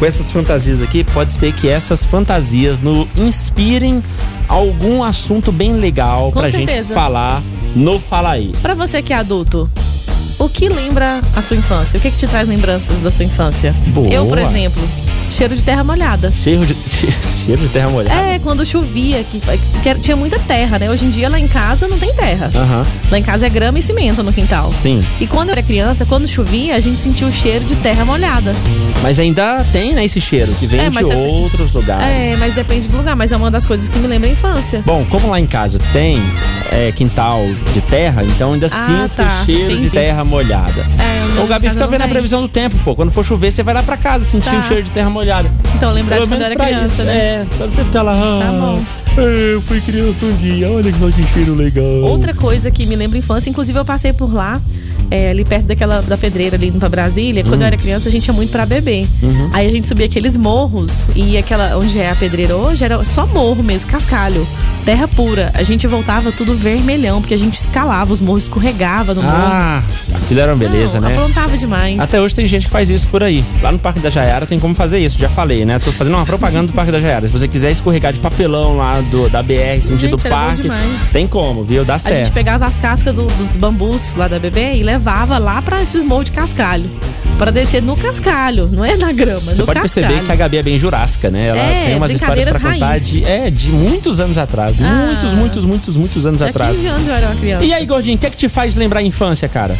Speaker 3: com essas fantasias aqui, pode ser que essas fantasias nos inspirem algum assunto bem legal
Speaker 2: Com
Speaker 3: pra gente
Speaker 2: certeza.
Speaker 3: falar no Fala Aí.
Speaker 2: Pra você que é adulto, o que lembra a sua infância? O que, que te traz lembranças da sua infância?
Speaker 3: Boa.
Speaker 2: Eu, por exemplo, cheiro de terra molhada.
Speaker 3: Cheiro de, cheiro de terra molhada.
Speaker 2: É, quando chovia, que, que era- tinha muita terra, né? Hoje em dia lá em casa não tem terra.
Speaker 3: Aham,
Speaker 2: Lá em casa é grama e cimento no quintal.
Speaker 3: Sim.
Speaker 2: E quando eu era criança, quando chovia, a gente sentia o cheiro de terra molhada.
Speaker 3: mas ainda tem, né, esse cheiro que vem
Speaker 2: É,
Speaker 3: de
Speaker 2: mas é-
Speaker 3: outros lugares.
Speaker 2: É, mas depende do lugar, mas é uma das coisas que me lembra a infância.
Speaker 3: Bom, como lá em casa tem é, quintal de terra, então ainda sinto
Speaker 2: tá.
Speaker 3: o cheiro de
Speaker 2: Entendi.
Speaker 3: terra molhada.
Speaker 2: É, eu não-
Speaker 3: o Gabi
Speaker 2: em casa
Speaker 3: fica
Speaker 2: não
Speaker 3: vendo a
Speaker 2: tem.
Speaker 3: previsão do tempo, pô. Quando for chover, você vai lá pra casa sentir
Speaker 2: Tá.
Speaker 3: o cheiro de terra molhada.
Speaker 2: Então lembrar de
Speaker 3: Pelo
Speaker 2: quando eu
Speaker 3: menos
Speaker 2: era
Speaker 3: pra
Speaker 2: criança,
Speaker 3: isso.
Speaker 2: né?
Speaker 3: É, só pra você ficar lá.
Speaker 2: Tá bom.
Speaker 3: "Ah, Eu fui criança um dia, olha só que cheiro legal.
Speaker 2: Outra coisa que me lembra infância, inclusive eu passei por lá, é, ali perto daquela da pedreira ali indo pra Brasília. Quando eu era criança, a gente ia muito pra beber.
Speaker 3: Uhum.
Speaker 2: Aí a gente subia aqueles morros e aquela onde é a pedreira hoje era só morro mesmo, cascalho, terra pura. A gente voltava tudo vermelhão, porque a gente escalava os morros, escorregava no morro.
Speaker 3: Ah, aquilo era uma beleza,
Speaker 2: Não,
Speaker 3: né?
Speaker 2: Aprontava demais.
Speaker 3: Até hoje tem gente que faz isso por aí. Lá no Parque da Jaiara tem como fazer isso, já falei, né? Tô fazendo uma propaganda do Parque da Jaiara. Se você quiser escorregar de papelão lá do, da BR, sentido
Speaker 2: Gente, era bom
Speaker 3: parque,
Speaker 2: demais.
Speaker 3: tem como, viu? Dá
Speaker 2: A
Speaker 3: certo.
Speaker 2: gente pegava as cascas do- dos bambus lá da bebê e levava lá pra esses morros de cascalho. Pra descer no cascalho, não é na grama,
Speaker 3: Você
Speaker 2: no
Speaker 3: pode
Speaker 2: cascalho.
Speaker 3: perceber que a Gabi é bem jurássica, né? Ela
Speaker 2: É,
Speaker 3: tem umas histórias pra
Speaker 2: brincadeiras
Speaker 3: contar
Speaker 2: raiz.
Speaker 3: de, é, de muitos anos atrás.
Speaker 2: Ah. É
Speaker 3: Muitos, muitos, muitos, muitos anos
Speaker 2: Há
Speaker 3: atrás.
Speaker 2: 15 anos eu era uma criança.
Speaker 3: E aí, Gordinho, o que é que te faz lembrar a infância, cara?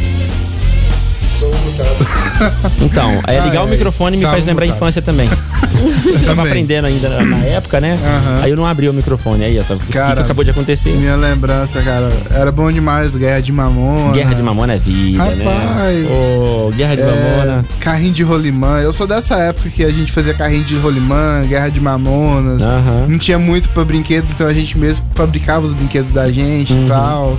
Speaker 3: Então, é ligar o
Speaker 4: é.
Speaker 3: microfone me
Speaker 4: Tava
Speaker 3: faz lembrar a
Speaker 4: mutado.
Speaker 3: infância também. Eu tava
Speaker 4: Também.
Speaker 3: aprendendo ainda na- na época, né?
Speaker 4: Aham.
Speaker 3: Aí eu não abri o microfone. Aí, ó, tá- isso aqui que
Speaker 4: Cara,
Speaker 3: acabou de acontecer.
Speaker 4: Minha lembrança, cara, era bom demais. Guerra de Mamona.
Speaker 3: Guerra de Mamona é vida, né?
Speaker 4: Rapaz.
Speaker 3: Ô, Guerra de
Speaker 4: É,
Speaker 3: Mamona.
Speaker 4: carrinho de rolimã. Eu sou dessa época que a gente fazia carrinho de rolimã, guerra de mamonas.
Speaker 3: Aham.
Speaker 4: Não tinha muito pra brinquedo, então a gente mesmo fabricava os brinquedos da gente
Speaker 3: Uhum.
Speaker 4: e tal.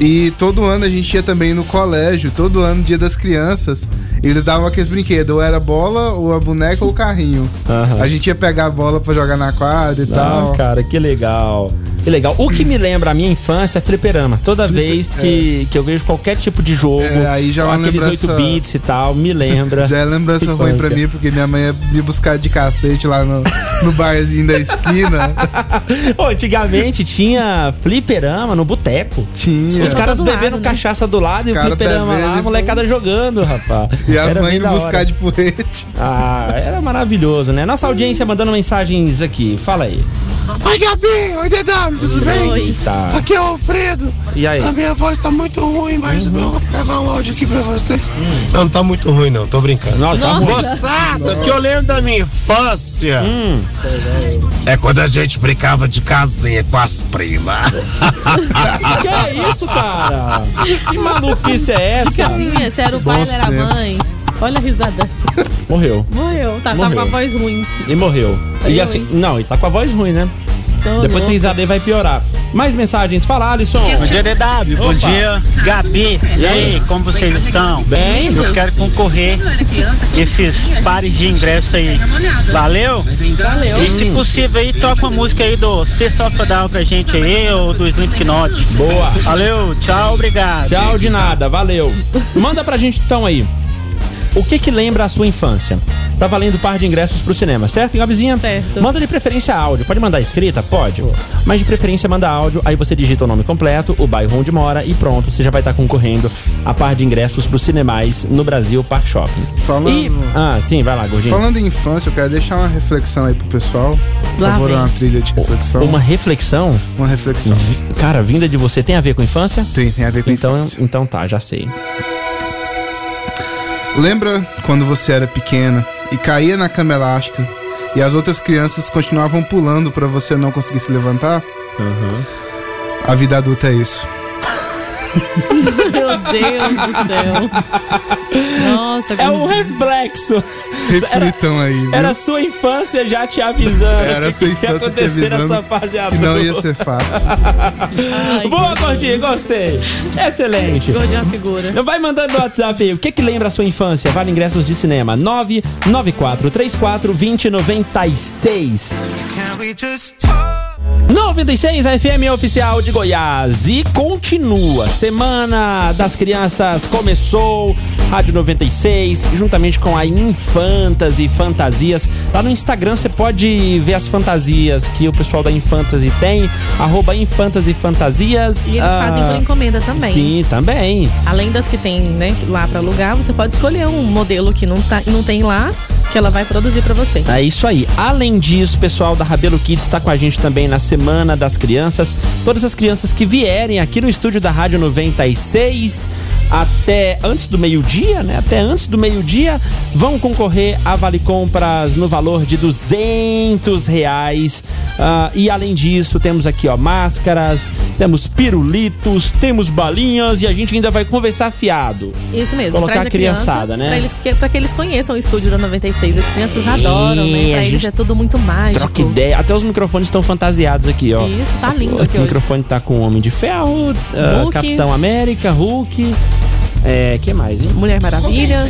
Speaker 4: E todo ano a gente ia também no colégio, todo ano, dia das crianças, eles davam aqueles brinquedos, ou era bola, ou a boneca, ou o carrinho.
Speaker 3: Aham.
Speaker 4: A gente ia pegar a bola pra jogar na quadra e
Speaker 3: Ah,
Speaker 4: tal.
Speaker 3: cara, que legal. Que legal. O que me lembra a minha infância é fliperama. Toda vez que, que eu vejo qualquer tipo de jogo,
Speaker 4: É, aí já é
Speaker 3: com
Speaker 4: uma
Speaker 3: aqueles
Speaker 4: lembrança-
Speaker 3: 8 bits e tal, me lembra.
Speaker 4: Já é lembrança ruim pra mim, porque minha mãe ia me buscar de cacete lá no, no barzinho da esquina.
Speaker 3: Ô, Antigamente tinha fliperama no boteco.
Speaker 4: Tinha.
Speaker 3: Os caras
Speaker 2: Todo lado,
Speaker 3: bebendo
Speaker 2: né?
Speaker 3: cachaça do lado e o
Speaker 4: caras
Speaker 3: fliperama
Speaker 4: bebendo
Speaker 3: lá, a
Speaker 4: e-
Speaker 3: molecada jogando, rapaz.
Speaker 4: E as mães
Speaker 3: bem da
Speaker 4: indo
Speaker 3: hora.
Speaker 4: buscar de porrete.
Speaker 3: Ah, era maravilhoso, né? Nossa audiência mandando mensagens aqui. Fala aí.
Speaker 8: Oi, Gabi! Oi, DW, tudo bem?
Speaker 2: Oi.
Speaker 3: Tá.
Speaker 8: Aqui é o Alfredo.
Speaker 3: E aí?
Speaker 8: A minha voz tá muito ruim, mas eu vou gravar um áudio aqui pra vocês.
Speaker 10: Hum.
Speaker 8: Não, não tá muito ruim, não. Tô brincando.
Speaker 3: Nossa,
Speaker 8: Moçada, o que eu lembro da minha infância é quando a gente brincava de casinha com as primas.
Speaker 3: que é isso, cara? Que malufice é essa?
Speaker 2: assim. Casinha, né? você era o pai,
Speaker 4: Bons
Speaker 2: ela era a mãe. Olha a risada.
Speaker 3: Morreu.
Speaker 2: Morreu. Tá, tá
Speaker 3: Morreu.
Speaker 2: com a voz ruim.
Speaker 3: E morreu. E
Speaker 2: Aí,
Speaker 3: assim, não, e tá com a voz ruim, né?
Speaker 2: Tô
Speaker 3: Depois dessa
Speaker 2: louca.
Speaker 3: risada aí vai piorar. Mais mensagens. Fala, Alisson.
Speaker 8: dia, DW.
Speaker 3: Bom Opa. dia,
Speaker 8: Gabi.
Speaker 3: E aí,
Speaker 8: como vocês estão?
Speaker 3: Bem?
Speaker 2: Lindos.
Speaker 8: concorrer esses pares de ingresso aí. Valeu?
Speaker 2: Valeu.
Speaker 8: E se possível aí, toca uma música aí do Sexta of a Down pra gente aí, ou do Slipknot.
Speaker 3: Boa.
Speaker 8: Valeu, tchau, obrigado.
Speaker 3: Tchau de nada, valeu. Manda pra gente então aí. O que que lembra a sua infância? Tá valendo par de ingressos pro cinema, certo, Gabizinha?
Speaker 2: Certo.
Speaker 3: Manda de preferência áudio. Pode mandar escrita? Pode. Mas de preferência manda áudio, aí você digita o nome completo, o bairro onde mora e pronto, você já vai estar concorrendo a par de ingressos pros cinemais no Brasil Park Shopping.
Speaker 4: Falando-
Speaker 3: E... Ah, sim, vai lá, gordinho.
Speaker 4: Falando em infância, eu quero deixar uma reflexão aí pro pessoal. Por
Speaker 2: Lá
Speaker 4: favor,
Speaker 2: vem.
Speaker 4: uma trilha de reflexão.
Speaker 3: Uma reflexão,
Speaker 4: Uma reflexão.
Speaker 3: vi- cara, vinda de você tem a ver com infância?
Speaker 4: Tem, tem a ver com
Speaker 3: Então,
Speaker 4: infância.
Speaker 3: então tá, já sei.
Speaker 4: Lembra quando você era pequena e caía na cama elástica e as outras crianças continuavam pulando pra você não conseguir se levantar?
Speaker 3: Uhum.
Speaker 4: A vida adulta é isso.
Speaker 2: Meu Deus do céu. Nossa,
Speaker 3: É um
Speaker 2: como-
Speaker 3: reflexo.
Speaker 4: Reflitam aí, viu?
Speaker 3: Era a sua infância já te avisando.
Speaker 4: Era
Speaker 3: que
Speaker 4: a sua
Speaker 3: que ia
Speaker 4: infância te
Speaker 3: acontecer
Speaker 4: avisando
Speaker 3: nessa fase
Speaker 4: que
Speaker 3: adulta.
Speaker 4: não ia ser fácil.
Speaker 2: Ai,
Speaker 3: Boa, Gordinho, gostei. Excelente. Então
Speaker 2: Gordinho é uma figura.
Speaker 3: Vai mandando no WhatsApp aí. O que que lembra a sua infância? Vale ingressos de cinema. 994342096. 96 a FM oficial de Goiás e continua. Semana das Crianças começou, Rádio 96, juntamente com a Infantas e Fantasias. Lá no Instagram você pode ver as fantasias que o pessoal da Infantasy tem, arroba Infantas e Fantasias.
Speaker 2: E eles fazem por
Speaker 3: Ah,
Speaker 2: encomenda também.
Speaker 3: Sim, também.
Speaker 2: Além das que tem né, lá pra alugar, você pode escolher um modelo que não, tá, não tem lá, que ela vai produzir pra você.
Speaker 3: É isso aí. Além disso, o pessoal da Rabelo Kids está com a gente também na Semana das Crianças. Todas as crianças que vierem aqui no estúdio da Rádio 96 até antes do meio-dia, né? Até antes do meio-dia, vão concorrer a Vale Compras no valor de 200 reais. Ah, e além disso, temos aqui, ó, máscaras, temos pirulitos, temos balinhas e a gente ainda vai conversar fiado.
Speaker 2: Isso mesmo.
Speaker 3: Colocar
Speaker 2: traz
Speaker 3: a criançada,
Speaker 2: criança,
Speaker 3: né?
Speaker 2: Pra, eles, porque- pra que eles conheçam o estúdio da 96. As crianças adoram, né?
Speaker 3: a
Speaker 2: Pra eles
Speaker 3: gente
Speaker 2: é tudo muito mágico.
Speaker 3: Troca ideia. Até os microfones estão fantasiados aqui, ó.
Speaker 2: Isso, tá lindo
Speaker 3: O
Speaker 2: aqui hoje.
Speaker 3: microfone tá com Homem de Ferro, ah,
Speaker 2: Hulk.
Speaker 3: Capitão América, Hulk. É, que mais, hein?
Speaker 2: Mulher Maravilha.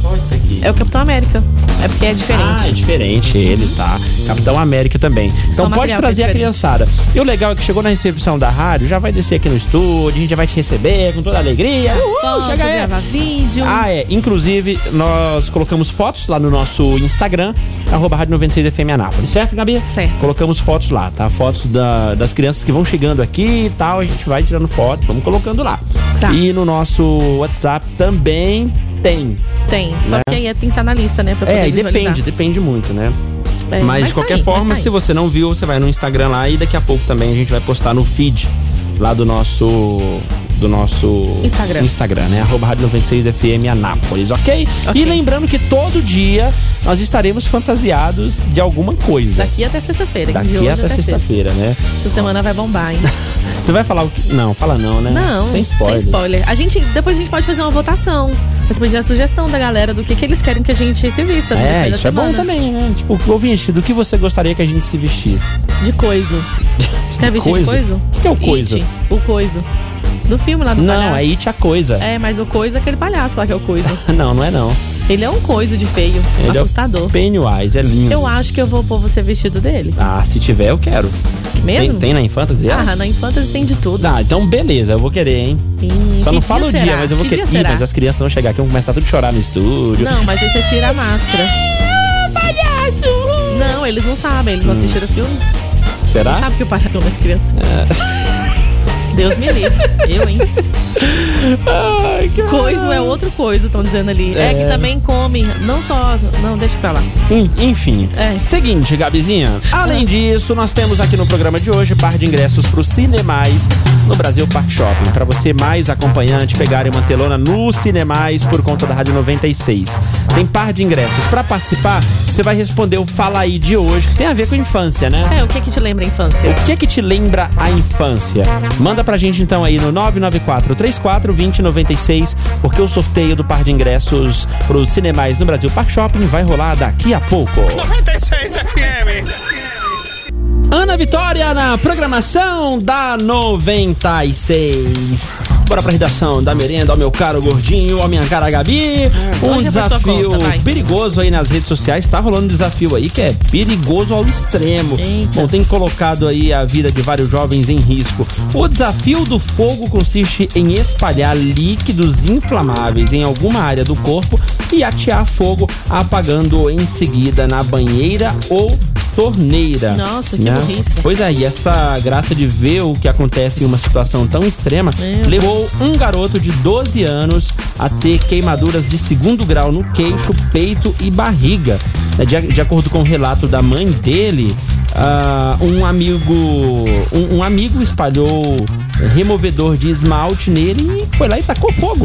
Speaker 3: Qual é isso aqui?
Speaker 2: É o Capitão América. É porque é
Speaker 3: Ah, é
Speaker 2: diferente.
Speaker 3: diferente ele, tá? Capitão América também. Então
Speaker 2: o
Speaker 3: pode
Speaker 2: material
Speaker 3: trazer
Speaker 2: que é
Speaker 3: a
Speaker 2: diferente.
Speaker 3: criançada. E o legal é que chegou na recepção da rádio, já vai descer aqui no estúdio, a gente já vai te receber com toda a alegria. Uhul,
Speaker 2: Foto,
Speaker 3: chega aí.
Speaker 2: grava vídeo.
Speaker 3: Ah, é. Inclusive, nós colocamos fotos lá no nosso Instagram, arroba Rádio 96FM Anápolis, certo, Gabi?
Speaker 2: Certo.
Speaker 3: Colocamos fotos lá, tá? Fotos da- das crianças que vão chegando aqui e tal. A gente vai tirando foto, vamos colocando lá.
Speaker 2: Tá.
Speaker 3: E no nosso WhatsApp também tem.
Speaker 2: Tem. Só
Speaker 3: Né?
Speaker 2: que aí tem que estar na lista, né? Pra poder
Speaker 3: É, e
Speaker 2: visualizar.
Speaker 3: depende, depende muito, né?
Speaker 2: É,
Speaker 3: mas de
Speaker 2: tá
Speaker 3: qualquer
Speaker 2: aí,
Speaker 3: forma,
Speaker 2: mas tá
Speaker 3: se
Speaker 2: aí.
Speaker 3: você não viu, você vai no Instagram lá e daqui a pouco também a gente vai postar no feed lá do nosso do nosso
Speaker 2: Instagram.
Speaker 3: Instagram, né? Arroba Rádio 96FM Anápolis, ok? E lembrando que todo dia nós estaremos fantasiados de alguma coisa.
Speaker 2: Daqui até sexta-feira. hein? De
Speaker 3: Daqui
Speaker 2: hoje
Speaker 3: até sexta-feira, né?
Speaker 2: sexta. Essa semana vai bombar, hein?
Speaker 3: Você vai falar o que. Não, fala não, né?
Speaker 2: Não,
Speaker 3: Sem spoiler.
Speaker 2: A gente, depois a gente pode fazer uma votação. Mas pedir a sugestão da galera do que, que eles querem que a gente se vista. no
Speaker 3: É,
Speaker 2: decorrer da
Speaker 3: isso é bom
Speaker 2: semana.
Speaker 3: também, né? Tipo, ouvinte, do que você gostaria que a gente se vestisse?
Speaker 2: De coiso. Quer vestir de
Speaker 3: coiso?
Speaker 2: coiso?
Speaker 3: O que que é o coiso?
Speaker 2: It, o coiso. Do filme lá do
Speaker 3: Não,
Speaker 2: palhaço.
Speaker 3: é it a coisa.
Speaker 2: É, mas o coiso é aquele palhaço lá que é o coiso.
Speaker 3: Não, não é não.
Speaker 2: Ele é um coiso de feio.
Speaker 3: Ele é o
Speaker 2: assustador.
Speaker 3: Pennywise, é lindo.
Speaker 2: Eu acho que eu vou pôr você vestido dele.
Speaker 3: Ah, se tiver, eu quero.
Speaker 2: Mesmo?
Speaker 3: Tem, tem na Infantasy? ela?
Speaker 2: Ah, na Infantasy tem de tudo.
Speaker 3: Ah, então beleza, eu vou querer, hein?
Speaker 2: Ih,
Speaker 3: Só
Speaker 2: que
Speaker 3: não fala o dia,
Speaker 2: será?
Speaker 3: mas eu vou
Speaker 2: Que
Speaker 3: querer.
Speaker 2: dia
Speaker 3: Ih,
Speaker 2: será?
Speaker 3: mas as crianças vão chegar aqui, vão começar tudo a chorar no estúdio.
Speaker 2: Não, mas aí você tira a máscara.
Speaker 3: Ah, palhaço! Hum.
Speaker 2: Não, eles não sabem, eles não assistiram o filme.
Speaker 3: Será?
Speaker 2: Sabe que o palhaço come as crianças.
Speaker 3: É.
Speaker 2: Deus me livre. Eu, hein?
Speaker 3: Ai, cara.
Speaker 2: Coiso é outro coiso, estão dizendo ali. É.
Speaker 3: É.
Speaker 2: que também come, não só. Não, deixa pra lá.
Speaker 3: En- Hum, Enfim,
Speaker 2: É. Ah.
Speaker 3: seguinte, Gabizinha. Além disso, nós temos aqui no programa de hoje par de ingressos para os Cinemais no Brasil Park Shopping. Para você mais acompanhante pegarem uma telona no Cinemais por conta da Rádio 96. Tem par de ingressos. Para participar, você vai responder o Fala Aí de hoje, que tem a ver com infância, né?
Speaker 2: É, o que que te lembra a infância?
Speaker 3: O que é que te lembra a infância? Manda pra gente então aí no 994 34 vocês, porque o sorteio do par de ingressos para os cinemais no Brasil Park Shopping vai rolar daqui a pouco.
Speaker 10: 96 FM.
Speaker 3: Ana Vitória na programação da 96. Bora pra redação da merenda, ao meu caro gordinho, a minha cara Gabi. Um
Speaker 2: Hoje é pra sua
Speaker 3: desafio
Speaker 2: conta, vai.
Speaker 3: perigoso aí nas redes sociais. Tá rolando um desafio aí que é perigoso ao extremo.
Speaker 2: Eita.
Speaker 3: Bom, tem colocado aí a vida de vários jovens em risco. O desafio do fogo consiste em espalhar líquidos inflamáveis em alguma área do corpo e atear fogo, apagando em seguida na banheira ou torneira.
Speaker 2: Nossa, que
Speaker 3: Né?
Speaker 2: burrice.
Speaker 3: Pois é, e essa graça de ver o que acontece em uma situação tão extrema
Speaker 2: Meu
Speaker 3: levou um garoto de 12 anos a ter queimaduras de segundo grau no queixo, peito e barriga. Né, De, de acordo com o relato da mãe dele, ah, um amigo um, um amigo espalhou removedor de esmalte nele e foi lá e tacou fogo.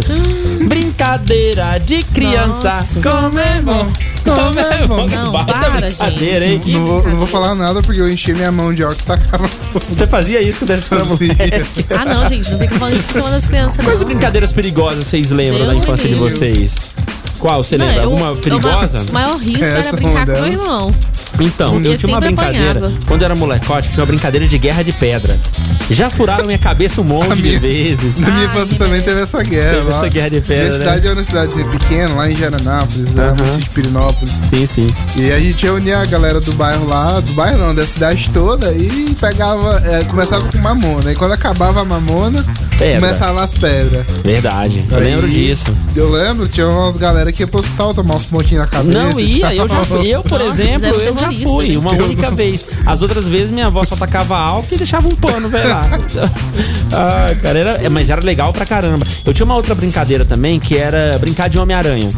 Speaker 3: Brincadeira de criança.
Speaker 2: Ah. Nossa.
Speaker 3: Como é bom, como é bom. Que
Speaker 2: Não,
Speaker 3: baita
Speaker 2: para,
Speaker 3: brincadeira,
Speaker 2: gente.
Speaker 3: hein?
Speaker 2: Que
Speaker 4: Não vou, não vou
Speaker 2: brincadeira.
Speaker 4: falar nada porque eu enchi minha mão de álcool e tacava fogo.
Speaker 3: Você fazia isso quando era
Speaker 4: Fazia.
Speaker 2: Ah, não, gente, não tem que falar isso em cima das crianças,
Speaker 3: Quais
Speaker 2: não.
Speaker 3: brincadeiras perigosas vocês lembram
Speaker 2: Deus
Speaker 3: da infância de
Speaker 2: me livre.
Speaker 3: vocês? Qual? Você
Speaker 2: Não,
Speaker 3: lembra?
Speaker 2: eu-
Speaker 3: Alguma
Speaker 2: eu-
Speaker 3: perigosa?
Speaker 2: O maior risco
Speaker 4: Essa
Speaker 2: era
Speaker 4: é
Speaker 2: brincar
Speaker 4: uma
Speaker 2: com o
Speaker 4: delas.
Speaker 2: irmão.
Speaker 3: Então, eu,
Speaker 2: Eu
Speaker 3: tinha uma
Speaker 2: um sempre
Speaker 3: brincadeira.
Speaker 2: apanhava.
Speaker 3: Quando eu era molecote, tinha uma brincadeira de guerra de pedra. Já furaram minha cabeça um monte de
Speaker 4: minha-
Speaker 3: vezes.
Speaker 4: Na minha
Speaker 2: Ah,
Speaker 4: infância
Speaker 2: que
Speaker 4: também
Speaker 2: beleza.
Speaker 4: teve essa guerra.
Speaker 3: Teve
Speaker 4: lá.
Speaker 3: essa guerra de pedra,
Speaker 4: Minha
Speaker 3: né?
Speaker 4: cidade era uma cidade assim, pequena, lá em Jaranápolis, né, no
Speaker 3: Aham.
Speaker 4: município de Pirinópolis.
Speaker 3: Sim, sim.
Speaker 4: E a gente reunia a galera do bairro lá, do bairro não, da cidade toda, e pegava, é, começava com mamona. E quando acabava a mamona,
Speaker 3: Pedra.
Speaker 4: começava as pedras.
Speaker 3: Verdade. Eu lembro
Speaker 4: Aí,
Speaker 3: disso.
Speaker 4: Eu lembro, tinha umas galera que ia pro hospital tomar uns pontinhos na cabeça.
Speaker 3: Não ia,
Speaker 4: e
Speaker 3: eu já fui. Eu, por
Speaker 2: Nossa,
Speaker 3: exemplo,
Speaker 2: deve ser
Speaker 3: eu já
Speaker 2: terrorista,
Speaker 3: fui
Speaker 2: gente.
Speaker 3: uma única vez. As outras vezes minha avó só tacava álcool e deixava um pano, velho lá. ah, cara, era, é, mas era legal pra caramba. Eu tinha uma outra brincadeira também que era brincar de Homem-Aranha.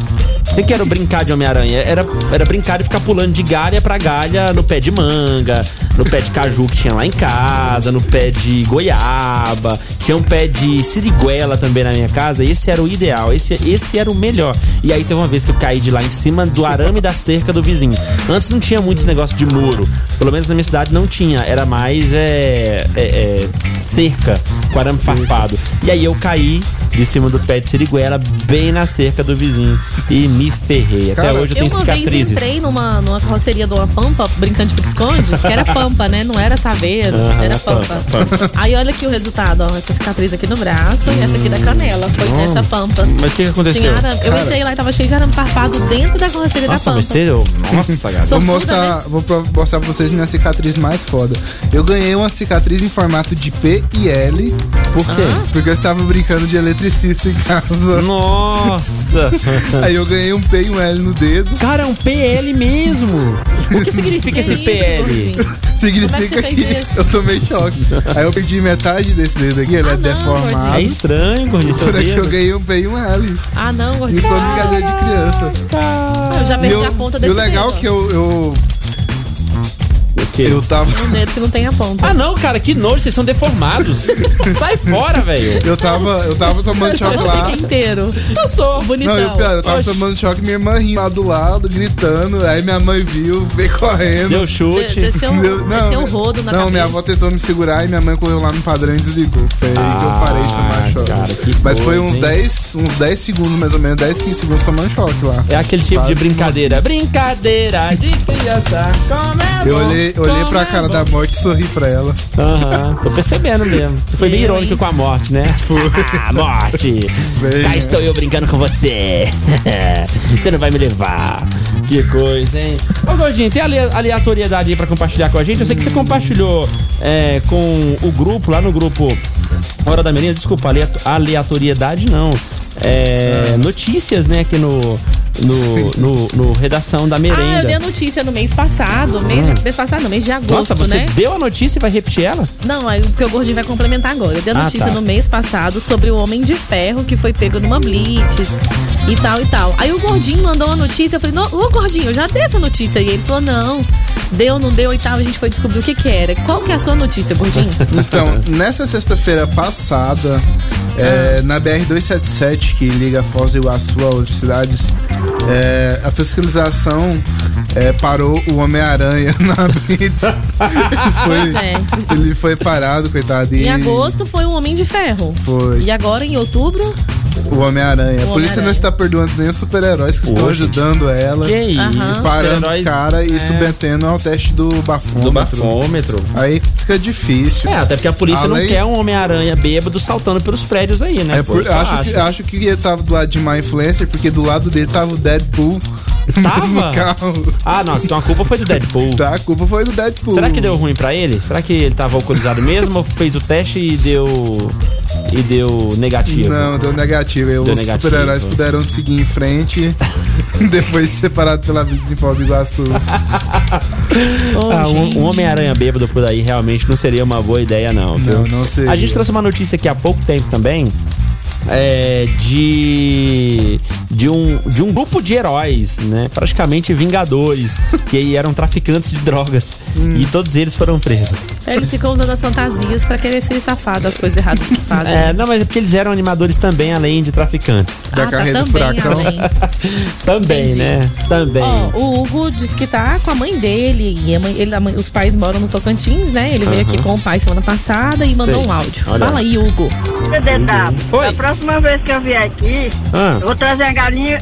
Speaker 3: O que que era o brincar de Homem-Aranha? Era, era brincar de ficar pulando de galha pra galha no pé de manga, no pé de caju que tinha lá em casa, no pé de goiaba, tinha um pé de siriguela também na minha casa. Esse era o ideal, esse, esse era o melhor. E aí teve uma vez que eu caí de lá em cima do arame da cerca do vizinho. Antes não tinha muito esse negócio de muro. Pelo menos na minha cidade não tinha. Era mais é, é, é, cerca, com arame farpado. E aí eu caí de cima do pé de siriguela, bem na cerca do vizinho. E me ferrei. Até
Speaker 4: Cara,
Speaker 3: hoje eu tenho
Speaker 2: Eu uma vez
Speaker 3: cicatrizes.
Speaker 2: entrei numa, numa carroceria de uma pampa, brincando de pique-esconde, que era pampa, né? Não era saveiro,
Speaker 3: Aham,
Speaker 2: era pampa. Aí olha aqui o resultado, ó. Essa cicatriz aqui no braço e essa aqui da canela. Foi nessa pampa.
Speaker 3: Mas Hum. o que que
Speaker 2: Tinha
Speaker 3: aconteceu?
Speaker 2: arame. Eu entrei lá e tava cheio de arame farpado dentro da carroceria
Speaker 3: Nossa,
Speaker 2: da
Speaker 3: mas você.
Speaker 2: pampa.
Speaker 3: é Nossa, cara.
Speaker 2: Sou
Speaker 4: Vou
Speaker 2: fuda,
Speaker 4: mostrar,
Speaker 2: né?
Speaker 4: vou pro- mostrar pra vocês minha cicatriz mais foda. Eu ganhei uma cicatriz em formato de P e L,
Speaker 3: Por quê?
Speaker 4: porque eu estava brincando de eletricista em casa.
Speaker 3: Nossa!
Speaker 4: Aí eu ganhei um P e um L no dedo.
Speaker 3: Cara, é um PL mesmo! O que significa esse
Speaker 2: isso,
Speaker 3: PL?
Speaker 2: gordinho?
Speaker 4: Significa
Speaker 2: Como é que você
Speaker 4: que,
Speaker 2: fez isso? Ah,
Speaker 4: eu tomei choque. Aí eu perdi metade desse dedo aqui, ele é
Speaker 2: não,
Speaker 4: deformado.
Speaker 3: É estranho, gordinho, seu
Speaker 4: Por aqui eu
Speaker 3: dedo.
Speaker 4: ganhei um P e um L.
Speaker 2: Ah, não, gordinho.
Speaker 4: Isso foi brincadeira de criança.
Speaker 2: Ah, eu já
Speaker 4: E
Speaker 2: perdi
Speaker 4: eu-
Speaker 2: a ponta
Speaker 4: e
Speaker 2: desse
Speaker 4: o legal é
Speaker 2: dedo.
Speaker 4: que eu, eu,
Speaker 3: O quê?
Speaker 4: eu tava.
Speaker 2: Um dedo que não tem a ponta.
Speaker 3: Ah, não, cara, que nojo, vocês são deformados. Sai fora, velho.
Speaker 4: Eu tava, eu tava tomando
Speaker 2: Só
Speaker 4: choque
Speaker 2: você
Speaker 4: lá.
Speaker 2: que é inteiro. Então,
Speaker 3: Eu sou.
Speaker 2: Bonitão.
Speaker 4: Não, e o pior, eu tava
Speaker 3: Oxi.
Speaker 4: tomando choque, minha irmã rindo lá do lado, gritando. Aí minha mãe viu, veio correndo.
Speaker 3: Deu
Speaker 2: De-
Speaker 3: chute.
Speaker 2: Desceu,
Speaker 4: Deu-
Speaker 2: um, desceu um rodo
Speaker 4: não
Speaker 2: na cabeça.
Speaker 4: minha avó tentou me segurar e minha mãe correu lá no padrão e desligou. Foi aí que eu parei de
Speaker 3: Ah,
Speaker 4: tomar choque.
Speaker 3: cara, que
Speaker 4: Mas foi um
Speaker 3: coisa,
Speaker 4: uns
Speaker 3: hein?
Speaker 4: 10, uns 10 segundos, mais ou menos, 10, 15 segundos tomando choque lá.
Speaker 3: É aquele tipo de
Speaker 4: Quase.
Speaker 3: brincadeira. Brincadeira de criança. Como é
Speaker 4: Eu
Speaker 3: bom,
Speaker 4: olhei, olhei
Speaker 3: como
Speaker 4: pra
Speaker 3: é
Speaker 4: cara
Speaker 3: bom.
Speaker 4: da morte e sorri pra ela.
Speaker 3: Aham, tô percebendo mesmo. Você foi bem
Speaker 2: Eu,
Speaker 3: irônico
Speaker 2: hein?
Speaker 3: com a morte, né? Ah, morte!
Speaker 4: Bem,
Speaker 3: Cá
Speaker 4: né?
Speaker 3: estou eu brincando com você. você não vai me levar. Que coisa, hein? Ô, Gordinho, tem ale- aleatoriedade aí pra compartilhar com a gente? Eu sei que você compartilhou é, com o grupo, lá no grupo Hora da Menina. Desculpa, aleato- aleatoriedade não. É, Notícias, né, aqui no, no, no, no Redação
Speaker 4: é
Speaker 3: da
Speaker 2: Ah, eu dei a
Speaker 3: Merenda.
Speaker 2: notícia no mês passado. Mês, de- mês passado, não, mês de agosto,
Speaker 3: Ah. Nossa, você
Speaker 2: né?
Speaker 3: deu a notícia e vai repetir ela?
Speaker 2: Não, aí, porque o Gordinho vai complementar agora. Eu dei a
Speaker 3: Ah,
Speaker 2: notícia
Speaker 3: tá.
Speaker 2: no mês passado sobre o Homem de Ferro que foi pego numa blitz e tal e tal. Aí o Gordinho mandou uma notícia, eu falei, "Não, ô Gordinho, eu já dei essa notícia. E ele falou, não, deu, não deu e tal. A gente foi descobrir o que que era. Qual que é a sua notícia, Gordinho?
Speaker 4: Então, nessa sexta-feira passada,
Speaker 2: Ah.
Speaker 4: é, na BR-277, que liga Foz do Iguaçu a outras cidades, é, a fiscalização é, parou o Homem-Aranha na Blitz.
Speaker 2: Pois é.
Speaker 4: ele, foi, ele foi parado, coitado.
Speaker 2: Em
Speaker 4: e-
Speaker 2: agosto foi o Homem de Ferro.
Speaker 4: Foi.
Speaker 2: E agora, em outubro,
Speaker 4: o Homem-Aranha. A polícia
Speaker 2: Homem-Aranha.
Speaker 4: não está perdoando nem os super-heróis que estão
Speaker 3: Hoje,
Speaker 4: ajudando ela.
Speaker 3: Que isso,
Speaker 2: Aham. É.
Speaker 4: Parando os
Speaker 3: super-heróis
Speaker 4: caras e submetendo ao teste do bafômetro.
Speaker 3: do bafômetro.
Speaker 4: Aí fica difícil.
Speaker 3: É, até porque a polícia não
Speaker 4: Além-
Speaker 3: quer um Homem-Aranha bêbado saltando pelos prédios aí, né?
Speaker 4: É
Speaker 3: pô?
Speaker 4: por-
Speaker 3: Eu só
Speaker 4: acho, que, acho que ele tava do lado de má influencer, porque do lado dele tava o Deadpool.
Speaker 3: Tava?
Speaker 4: No carro.
Speaker 3: Ah, não, então a culpa foi do Deadpool.
Speaker 4: Tá, a culpa foi do Deadpool.
Speaker 3: Será que deu ruim pra ele? Será que ele tava alcoolizado mesmo ou fez o teste e deu e deu negativo?
Speaker 4: Não, deu negativo. Aí Os
Speaker 3: negativo.
Speaker 4: super-heróis puderam seguir em frente depois de separado pela Vista em Foz do Iguaçu.
Speaker 3: Ah, um, um Homem-Aranha bêbado por aí realmente não seria uma boa ideia, não. viu?
Speaker 4: Não, não seria.
Speaker 3: A gente trouxe uma notícia aqui há pouco tempo também. é, de de um, de um grupo de heróis, né? Praticamente vingadores, que eram traficantes de drogas.
Speaker 11: Hum.
Speaker 3: E todos eles foram presos.
Speaker 2: Eles ficam usando as fantasias pra querer ser safado das coisas erradas que fazem.
Speaker 3: É, não, mas é porque eles eram animadores também, além de traficantes.
Speaker 4: Da carreira do furacão.
Speaker 2: Ah, tá além.
Speaker 3: Também,
Speaker 2: Entendi.
Speaker 3: né? Também.
Speaker 2: Ó, o Hugo diz que tá com a mãe dele. E a mãe- ele- a mãe- os pais moram no Tocantins, né? Ele veio aqui com o pai semana passada e mandou
Speaker 3: Sei.
Speaker 2: um áudio.
Speaker 3: Olha.
Speaker 2: Fala aí, Hugo.
Speaker 11: DW,
Speaker 3: Oi.
Speaker 11: a próxima vez que eu vier aqui,
Speaker 3: Ah.
Speaker 11: eu vou trazer a galinha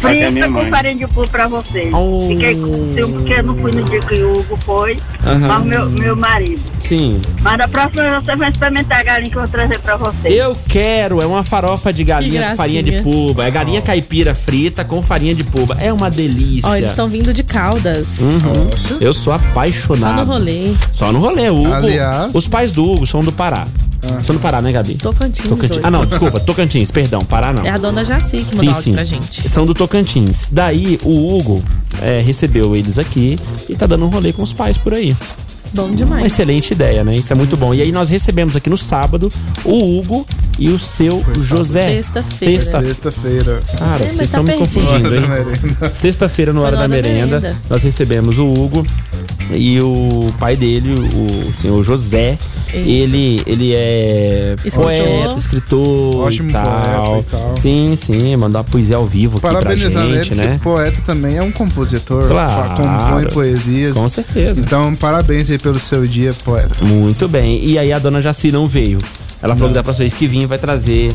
Speaker 4: tá
Speaker 11: frita com farinha de cu pra vocês.
Speaker 3: Oh.
Speaker 11: Fiquei com ciúme porque eu não fui no dia que o Hugo foi,
Speaker 3: Aham.
Speaker 11: mas o meu, meu marido.
Speaker 3: Sim.
Speaker 11: Mas da próxima vez você vai experimentar a galinha que eu vou trazer pra vocês.
Speaker 3: Eu quero, é uma farofa de
Speaker 2: Que
Speaker 3: galinha com
Speaker 2: gracinha.
Speaker 3: farinha de puba. É galinha caipira frita com farinha de puba. É uma delícia.
Speaker 2: Ó, eles estão vindo de Caldas.
Speaker 3: Uhum.
Speaker 4: Nossa.
Speaker 3: Eu sou
Speaker 2: Só no
Speaker 3: apaixonado.
Speaker 2: rolê.
Speaker 3: Só no rolê, o Hugo.
Speaker 4: Aliás-
Speaker 3: Os pais do Hugo são do Pará. São do Pará, né, Gabi?
Speaker 2: Tocantins.
Speaker 3: Tocantins.
Speaker 2: doido.
Speaker 3: Ah, não, desculpa, Tocantins, perdão, Pará não.
Speaker 2: É a dona Jaci que mandou
Speaker 3: Sim,
Speaker 2: áudio
Speaker 3: sim.
Speaker 2: pra gente.
Speaker 3: São do Tocantins. Daí o Hugo é, recebeu eles aqui e tá dando um rolê com os pais por aí.
Speaker 2: Bom
Speaker 3: Uma
Speaker 2: demais.
Speaker 3: excelente ideia, né? Isso é muito bom. E aí nós recebemos aqui no sábado o Hugo e o seu José.
Speaker 2: Sexta-feira.
Speaker 3: Sexta-
Speaker 4: Sexta-feira.
Speaker 3: Cara,
Speaker 2: mas
Speaker 3: vocês
Speaker 2: tá
Speaker 3: estão me
Speaker 2: perdido.
Speaker 3: confundindo,
Speaker 4: Hora da
Speaker 3: hein?
Speaker 4: merenda.
Speaker 3: Sexta-feira, no Hora
Speaker 2: na
Speaker 3: da
Speaker 2: hora da
Speaker 3: merenda,
Speaker 2: merenda.
Speaker 3: nós recebemos o Hugo e o pai dele, o senhor José. Ele, ele é
Speaker 2: Escritor.
Speaker 3: poeta, escritor
Speaker 4: Ótimo
Speaker 3: e, tal.
Speaker 4: poeta e tal.
Speaker 3: Sim, sim, mandar poesia ao vivo aqui pra
Speaker 4: Parabenizar
Speaker 3: gente,
Speaker 4: ele,
Speaker 3: né?
Speaker 4: porque poeta também é um compositor.
Speaker 3: Claro.
Speaker 4: Compõe poesias.
Speaker 3: Com certeza.
Speaker 4: Então, parabéns aí pelo seu dia, poeta.
Speaker 3: Muito bem. E aí a dona Jaci não veio. Ela falou que da próxima vez que vir vai trazer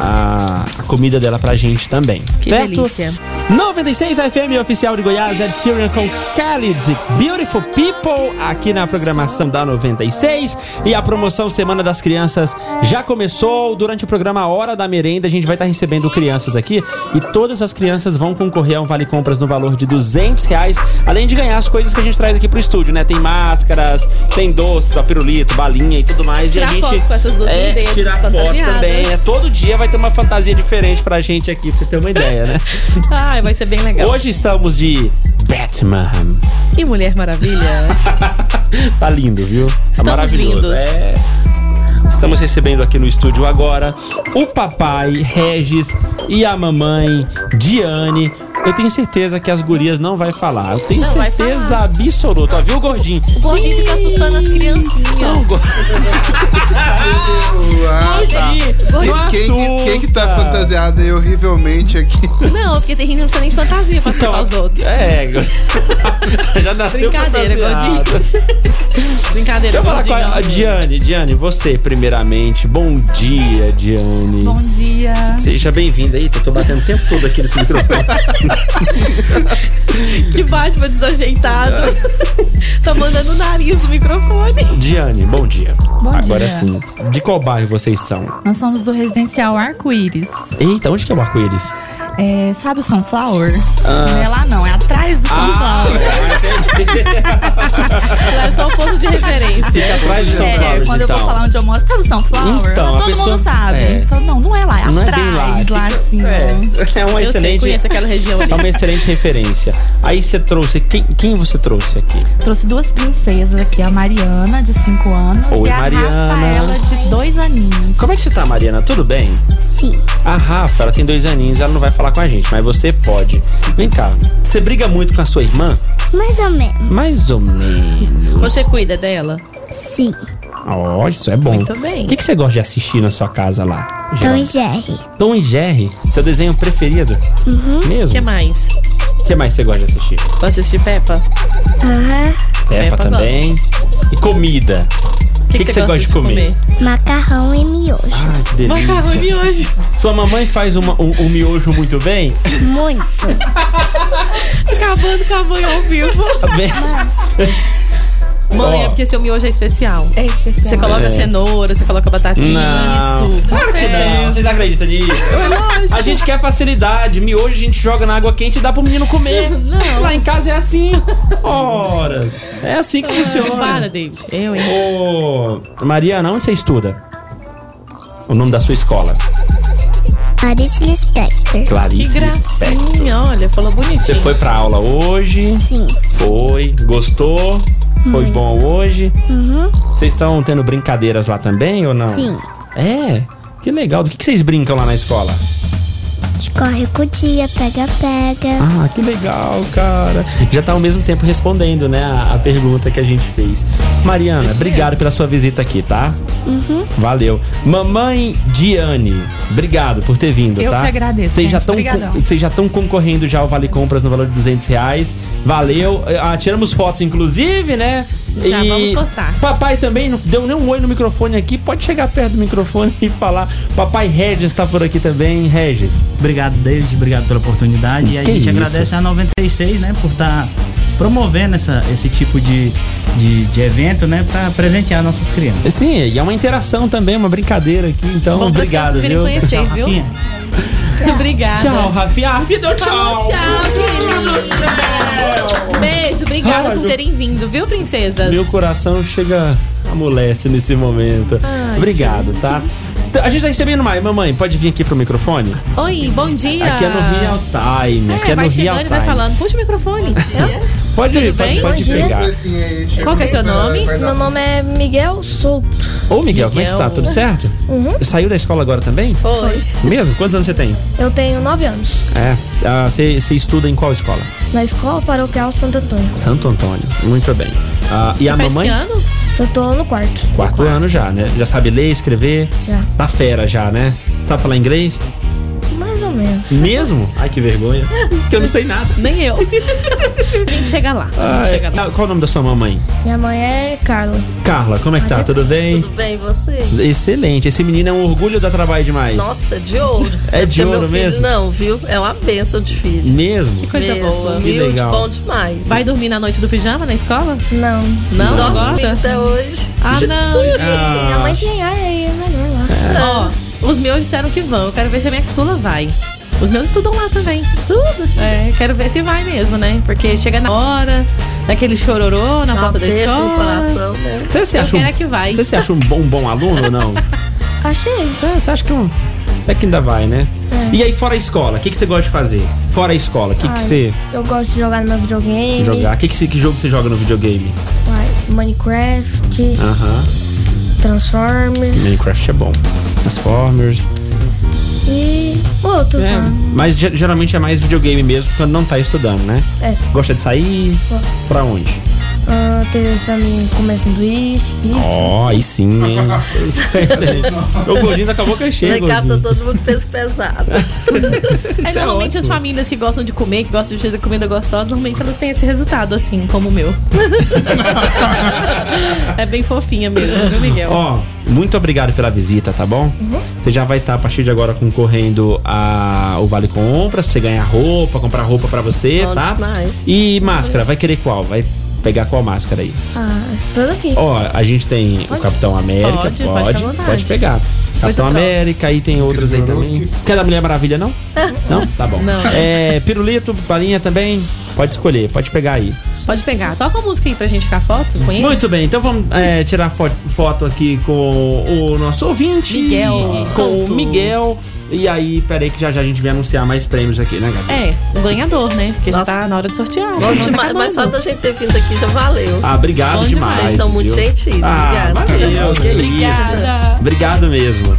Speaker 3: a, a comida dela pra gente também.
Speaker 2: Que
Speaker 3: certo?
Speaker 2: delícia.
Speaker 3: 96 FM oficial de Goiás, Ed Sheeran com Khalid, Beautiful People, aqui na programação da 96. E a promoção Semana das Crianças já começou. Durante o programa Hora da Merenda, a gente vai estar recebendo crianças aqui. E todas as crianças vão concorrer a um Vale Compras no valor de 200 reais, além de ganhar as coisas que a gente traz aqui pro estúdio, né? Tem máscaras, tem doces, pirulito, balinha e tudo mais. e
Speaker 2: Tirar
Speaker 3: a gente
Speaker 2: foto com essas duas
Speaker 3: é,
Speaker 2: lindezas
Speaker 3: tirar foto
Speaker 2: fantasiadas.
Speaker 3: também. É, todo dia vai ter uma fantasia diferente pra gente aqui, pra você ter uma ideia, né?
Speaker 2: Ai, vai ser bem legal.
Speaker 3: Hoje estamos de Batman.
Speaker 2: E Mulher Maravilha.
Speaker 3: tá lindo, viu? Tá
Speaker 2: Estamos
Speaker 3: maravilhoso.
Speaker 2: lindos.
Speaker 3: É. Estamos recebendo aqui no estúdio agora o papai Regis e a mamãe Diane. Eu tenho certeza que as gurias não vai falar. Eu tenho
Speaker 2: Não vai
Speaker 3: certeza
Speaker 2: falar.
Speaker 3: absoluta. Ó, viu, gordinho?
Speaker 2: O gordinho fica assustando as criancinhas.
Speaker 3: Go-
Speaker 4: Uau.
Speaker 3: gordinho, não
Speaker 4: Quem, que- quem que tá
Speaker 3: assusta.
Speaker 4: fantasiado aí horrivelmente aqui?
Speaker 2: Não, porque tem gente que não precisa nem fantasia pra assustar os outros.
Speaker 3: É, go- já nasceu
Speaker 2: Brincadeira,
Speaker 3: fantasiado.
Speaker 2: gordinho. Brincadeira,
Speaker 3: Deixa eu falar com
Speaker 2: gordinho, né?
Speaker 3: a a
Speaker 2: amor.
Speaker 3: Diane. Diane, você primeiramente. Bom dia, Diane.
Speaker 9: Bom dia.
Speaker 3: Ah. Seja bem-vinda. Eita, eu tô batendo o tempo todo aqui nesse microfone.
Speaker 2: Que Batman desajeitado. tá mandando o nariz no microfone.
Speaker 3: Diane, bom dia.
Speaker 11: Bom
Speaker 3: Agora
Speaker 11: dia.
Speaker 3: sim. De qual bairro vocês são?
Speaker 11: Nós somos do residencial Arco-Íris.
Speaker 3: Eita, onde que é o arco-íris?
Speaker 11: É,
Speaker 3: Ah,
Speaker 11: sabe o Sunflower? não é lá não, é atrás do
Speaker 3: entendi.
Speaker 2: Lá é só o ponto de referência.
Speaker 3: Fica atrás do São
Speaker 11: É,
Speaker 3: Paulo,
Speaker 11: quando eu vou falar
Speaker 3: então.
Speaker 11: onde eu mostro, sabe o Sunflower?
Speaker 3: Então, a
Speaker 11: Todo
Speaker 3: pessoa-
Speaker 11: mundo sabe.
Speaker 3: é.
Speaker 11: Fala, não, não é lá, é
Speaker 3: Não é bem
Speaker 11: atrás,
Speaker 3: lá.
Speaker 11: lá
Speaker 3: fica-
Speaker 11: assim. ó.
Speaker 3: é, é uma
Speaker 2: Eu sei,
Speaker 3: excelente.
Speaker 2: conheço aquela região ali.
Speaker 3: É uma excelente referência. Aí você trouxe. Quem, quem você trouxe aqui?
Speaker 11: Trouxe duas princesas aqui, a Mariana, de 5 anos,
Speaker 3: Oi,
Speaker 11: e a
Speaker 3: Mariana.
Speaker 11: Rafaela, de 2 aninhos.
Speaker 3: Como é que você tá, Mariana? Tudo bem?
Speaker 7: Sim.
Speaker 3: A Rafa, ela tem dois aninhos, ela não vai falar com a gente, mas você pode. Vem cá, você briga muito com a sua irmã?
Speaker 7: Mais ou menos.
Speaker 3: Mais ou menos.
Speaker 2: Você cuida dela?
Speaker 7: Sim.
Speaker 3: Ó, isso é bom.
Speaker 2: Muito bem.
Speaker 3: O que, que você gosta de assistir na sua casa lá?
Speaker 7: Tom e
Speaker 3: geralmente?
Speaker 7: Jerry.
Speaker 3: Tom e Jerry, seu desenho preferido? Uhum.
Speaker 2: O que
Speaker 3: Mesmo?
Speaker 2: mais?
Speaker 3: O que mais você gosta de assistir?
Speaker 2: Gosta de assistir Peppa?
Speaker 7: Aham.
Speaker 3: Peppa
Speaker 2: Peppa
Speaker 3: também. E comida. que que você gosta de comer?
Speaker 7: Macarrão e miojo.
Speaker 3: Ai, que delícia.
Speaker 7: Macarrão e miojo.
Speaker 3: Sua mamãe faz uma- um, um miojo muito bem?
Speaker 7: Muito.
Speaker 2: Acabando com a mãe ao vivo.
Speaker 3: Bem-
Speaker 2: Mãe,
Speaker 3: Ó.
Speaker 2: é porque seu miojo é especial. É especial. Você coloca
Speaker 3: É.
Speaker 2: cenoura, você coloca batatinha.
Speaker 3: Não.
Speaker 2: Isso.
Speaker 3: Claro que não. É, Vocês acreditam nisso? A gente quer facilidade. Miojo a gente joga na água quente e dá pro menino comer. Lá em casa é assim. Horas. É assim que
Speaker 2: Ai,
Speaker 3: funciona.
Speaker 2: para, David. Eu, hein?
Speaker 3: Ô, Mariana, onde você estuda? O nome da sua escola?
Speaker 7: Clarice Lispector.
Speaker 3: Clarice
Speaker 2: que gracinha, olha, falou bonitinho.
Speaker 3: Você foi pra aula hoje?
Speaker 7: Sim.
Speaker 3: Foi. Gostou? Foi bom hoje?
Speaker 7: Uhum.
Speaker 3: Vocês estão tendo brincadeiras lá também ou não?
Speaker 7: Sim.
Speaker 3: É? Que legal. Do que que vocês brincam lá na escola?
Speaker 7: Corre com o dia, pega, pega.
Speaker 3: Ah, que legal, cara. Já tá ao mesmo tempo respondendo, né, a, a pergunta que a gente fez. Mariana, obrigado pela sua visita aqui, tá?
Speaker 12: Uhum.
Speaker 3: Valeu. Mamãe Diane, obrigado por ter vindo,
Speaker 12: Eu
Speaker 3: tá?
Speaker 12: que agradeço,
Speaker 3: Vocês
Speaker 12: gente.
Speaker 3: já tão
Speaker 12: Obrigadão.
Speaker 3: con- Vocês já estão concorrendo já ao Vale Compras no valor de 200 reais. Valeu. Ah, tiramos fotos, inclusive, né?
Speaker 2: Já vamos postar.
Speaker 3: Papai também não deu nem um oi no microfone aqui. Pode chegar perto do microfone e falar. Papai Regis tá por aqui também. Regis.
Speaker 12: Obrigado, David. Obrigado pela oportunidade. E a
Speaker 3: Que
Speaker 12: gente
Speaker 3: isso?
Speaker 12: agradece a 96, né, por estar promovendo essa, esse tipo de, de, de evento, né, para presentear nossas crianças.
Speaker 3: Sim, e é uma interação também, uma brincadeira aqui. Então,
Speaker 12: Bom,
Speaker 3: obrigado,
Speaker 12: vocês virem
Speaker 3: viu?
Speaker 12: conhecer, Tchau, viu? Rafinha.
Speaker 2: Obrigada.
Speaker 3: Tchau, Rafinha. Ah, Rafinha deu
Speaker 2: Falou,
Speaker 3: tchau.
Speaker 2: tchau, querida. Beijo, obrigada
Speaker 3: Ai,
Speaker 2: por
Speaker 3: meu-
Speaker 2: terem vindo, viu, princesas?
Speaker 3: Meu coração chega amolece nesse momento.
Speaker 2: Ai,
Speaker 3: Obrigado, tá? A gente tá recebendo mais. Mamãe, pode vir aqui pro microfone?
Speaker 2: Oi, bom dia.
Speaker 3: Aqui é no Real Time.
Speaker 2: ah. É,
Speaker 3: Aqui é
Speaker 2: vai
Speaker 3: no Real
Speaker 2: chegando e
Speaker 3: Time.
Speaker 2: vai falando. Puxa o microfone.
Speaker 3: Pode
Speaker 2: Tudo
Speaker 3: ir, pode,
Speaker 2: bem?
Speaker 3: pode
Speaker 2: Bom dia.
Speaker 3: pegar.
Speaker 2: Qual que é seu nome?
Speaker 13: Meu nome é Miguel Souto.
Speaker 3: Ô, Miguel, como é que
Speaker 13: Miguel.
Speaker 3: está? Tudo certo?
Speaker 13: Uhum.
Speaker 3: Saiu da escola agora também?
Speaker 13: Foi.
Speaker 3: Mesmo? Quantos anos você tem?
Speaker 13: Eu tenho 9 anos.
Speaker 3: É. ah, Você você estuda em qual escola?
Speaker 13: Na escola paroquial Santo Antônio.
Speaker 3: Santo Antônio. Muito bem. Ah, e a mamãe?
Speaker 13: Eu tô no quarto.
Speaker 3: Quarto ano já, né? Já sabe ler, escrever?
Speaker 13: Já.
Speaker 3: Tá fera já, né? Sabe falar inglês?
Speaker 13: Mais ou menos.
Speaker 3: Mesmo? Ai, que vergonha. Que eu não sei nada.
Speaker 2: Nem eu. A gente chega lá. A gente
Speaker 3: Ai,
Speaker 2: chega lá.
Speaker 3: ah, qual o nome da sua mamãe?
Speaker 13: Minha mãe é Carla.
Speaker 3: Carla, como é que tá? Tudo bem?
Speaker 14: bem, vocês?
Speaker 3: Excelente. Esse menino é um orgulho da trabalho demais.
Speaker 14: Nossa, de ouro.
Speaker 3: É de
Speaker 14: Porque
Speaker 3: ouro
Speaker 14: meu
Speaker 3: mesmo?
Speaker 14: Filho,
Speaker 7: né?
Speaker 14: não, viu? É uma benção de filho.
Speaker 3: Mesmo?
Speaker 14: Que coisa Mesmo. boa.
Speaker 3: Que
Speaker 14: Humilde,
Speaker 3: legal.
Speaker 14: bom demais.
Speaker 2: Vai dormir na noite do pijama na escola?
Speaker 13: Não.
Speaker 14: Não.
Speaker 2: Não, não gosta?
Speaker 14: Dormi até hoje.
Speaker 2: Ah,
Speaker 3: Já-
Speaker 2: não, gente.
Speaker 3: Ah. Minha mãe
Speaker 13: tem ar aí, é melhor
Speaker 3: Ah.
Speaker 2: lá. Ó, os meus disseram que vão. Eu quero ver se a minha Xula vai. Os meus estudam lá também. Estudo. É, quero ver se vai mesmo, né? Porque chega na hora, naquele chororô na
Speaker 14: Dá um
Speaker 2: porta da
Speaker 14: aperto no
Speaker 2: escola.
Speaker 14: coração, né?
Speaker 3: Você se
Speaker 2: Eu
Speaker 3: acha um,
Speaker 2: quero é que vai.
Speaker 3: Você se acha um bom, bom aluno ou não?
Speaker 13: Achei.
Speaker 3: Você acha que um. É que ainda vai, né?
Speaker 2: É.
Speaker 3: E aí, fora a escola, o que, que você gosta de fazer? Fora a escola, o que, que
Speaker 13: Ai,
Speaker 3: você
Speaker 13: Eu gosto de jogar no meu videogame.
Speaker 3: jogar? Que, que, você- que jogo você joga no videogame?
Speaker 13: Uai, Minecraft,
Speaker 3: Aham.
Speaker 13: Transformers
Speaker 3: Minecraft é bom. Transformers.
Speaker 13: e outros,
Speaker 3: É,
Speaker 13: né?
Speaker 3: mas ge- geralmente é mais videogame mesmo quando não tá estudando, né?
Speaker 13: É.
Speaker 3: Gosta de sair?
Speaker 13: Gosto.
Speaker 3: Pra onde?
Speaker 13: Ah, tem vezes pra mim comer sanduíche, pizza.
Speaker 3: Ó, aí sim, hein? Isso é excelente. o gordinho tá com a boca cheia,
Speaker 14: Legal, tá
Speaker 3: gordinho.
Speaker 14: todo mundo peso pesado.
Speaker 2: É, normalmente as famílias que gostam de comer, que gostam de comida gostosa, normalmente elas têm esse resultado, assim, como o meu. é bem fofinha mesmo, viu, Miguel?
Speaker 3: Ó, muito obrigado pela visita, tá bom?
Speaker 13: Uhum.
Speaker 3: Você já vai estar a partir de agora concorrendo a o Vale Compras, pra você ganhar roupa, comprar roupa pra você,
Speaker 13: Bom
Speaker 3: tá?
Speaker 13: demais.
Speaker 3: E máscara, vai querer qual? Vai pegar qual máscara aí?
Speaker 13: Ah, isso daqui.
Speaker 3: Ó, a gente tem o
Speaker 13: Pode?
Speaker 3: Capitão América,
Speaker 13: Pode,
Speaker 3: pode, pode,
Speaker 13: pode ficar à vontade.
Speaker 3: pegar. Capitão América, aí tem outras aí também. Quer da Mulher Maravilha, não? Não? Tá bom.
Speaker 2: Não.
Speaker 3: É, pirulito, balinha também, pode escolher, pode pegar aí.
Speaker 2: Pode pegar. Toca a música aí pra gente tirar foto com ele.
Speaker 3: Muito bem, então vamos é, tirar fo- foto aqui com o nosso ouvinte.
Speaker 2: Miguel
Speaker 3: Com
Speaker 2: Souto.
Speaker 3: o Miguel. E aí, peraí que já já a gente vai anunciar mais prêmios aqui, né, Gabi?
Speaker 2: É, o ganhador, né? Porque
Speaker 14: Nossa.
Speaker 2: já tá na hora de sortear.
Speaker 14: Bom demais, mas só da gente ter vindo aqui já valeu.
Speaker 3: Ah, obrigado
Speaker 14: Bom
Speaker 3: demais.
Speaker 14: Vocês são muito
Speaker 3: viu?
Speaker 14: gentis.
Speaker 3: Ah,
Speaker 14: obrigada.
Speaker 3: valeu, que isso.
Speaker 14: Obrigada.
Speaker 3: Obrigado mesmo.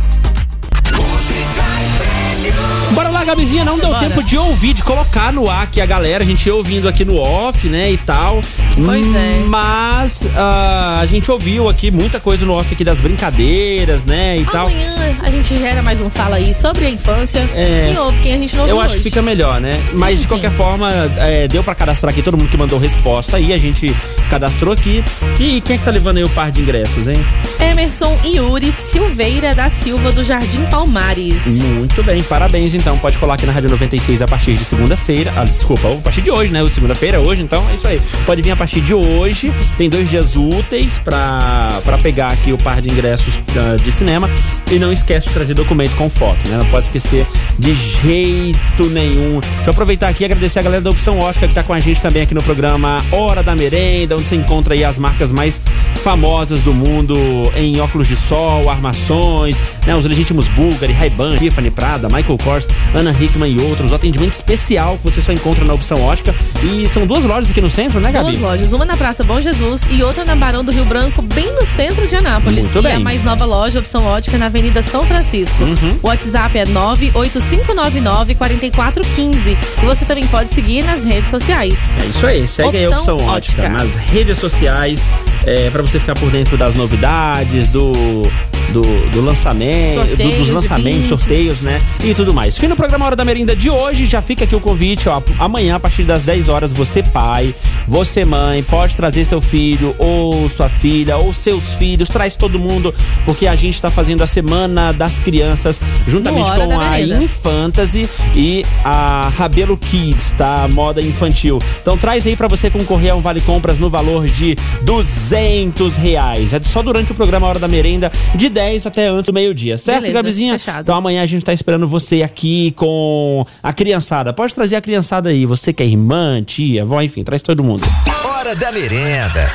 Speaker 3: Bora lá, Gabizinha, não deu tempo de ouvir, de colocar no ar aqui a galera, a gente ia ouvindo aqui no off, né, e tal. Pois é. Mas ah, a gente ouviu aqui muita coisa no off aqui das brincadeiras, né, e tal.
Speaker 2: Amanhã a gente gera mais um Fala aí sobre a infância.
Speaker 3: É.
Speaker 2: Quem ouve, quem a gente não ouve
Speaker 3: Eu acho que
Speaker 2: hoje.
Speaker 3: fica melhor, né? Mas de qualquer forma, é, deu pra cadastrar aqui todo mundo que mandou resposta aí, a gente cadastrou aqui. E quem é que tá levando aí o par de ingressos, hein?
Speaker 2: Emerson Yuri Silveira da Silva do Jardim Palmares.
Speaker 3: Muito bem, parabéns então. Pode colar aqui na Rádio 96 a partir de segunda-feira. Ah, desculpa, a partir de hoje, né? Segunda-feira é hoje, então é isso aí. Pode vir a partir de hoje. Tem dois dias úteis pra pra pegar aqui o par de ingressos ah, de cinema. E não esquece de trazer documento com foto, né? Não pode esquecer de jeito nenhum. Deixa eu aproveitar aqui e agradecer a galera da Opção Ótica que tá com a gente também aqui no programa Hora da Merenda, onde você encontra aí as marcas mais famosas do mundo em óculos de sol, armações, né? Os legítimos Bulgari, Ray-Ban, Tiffany Prada, Michael Kors, Ana Hickman e outros. O atendimento especial que você só encontra na Opção Ótica. E são duas lojas aqui no centro, né, Gabi?
Speaker 2: Duas lojas, uma na Praça Bom Jesus e outra na Barão do Rio Branco, bem no centro de Anápolis.
Speaker 3: Muito
Speaker 2: e
Speaker 3: bem.
Speaker 2: a mais nova loja, Opção Ótica, na Avenida São Francisco.
Speaker 3: Uhum.
Speaker 2: O WhatsApp é 98599-4415. E você também pode seguir nas redes sociais.
Speaker 3: É isso aí, segue aí a opção ótica, nas redes sociais é, para você ficar por dentro das novidades, do, do, do lançamento,
Speaker 15: Sorteios
Speaker 3: do- dos
Speaker 15: de
Speaker 3: lançamentos,
Speaker 15: brindes.
Speaker 3: sorteios, né? E tudo mais. Fim do programa Hora da Merenda de hoje, já fica aqui o convite, ó. Amanhã, a partir das 10 horas, você pai, você mãe, pode trazer seu filho ou sua filha ou seus filhos, traz todo mundo, porque a gente tá fazendo a Semana das Crianças juntamente
Speaker 15: No Hora
Speaker 3: com
Speaker 15: da
Speaker 3: a
Speaker 15: Merenda.
Speaker 3: Fantasy e a Rabelo Kids, tá? Moda infantil. Então traz aí pra você concorrer a um Vale Compras no valor de 200 reais. É só durante o programa Hora da Merenda, de 10 até antes do meio-dia, certo,
Speaker 15: Beleza,
Speaker 3: Gabizinha? Então amanhã a gente tá esperando você aqui com a criançada. Pode trazer a criançada aí, você que é irmã, tia, avó, enfim, traz todo mundo.
Speaker 1: Hora da merenda.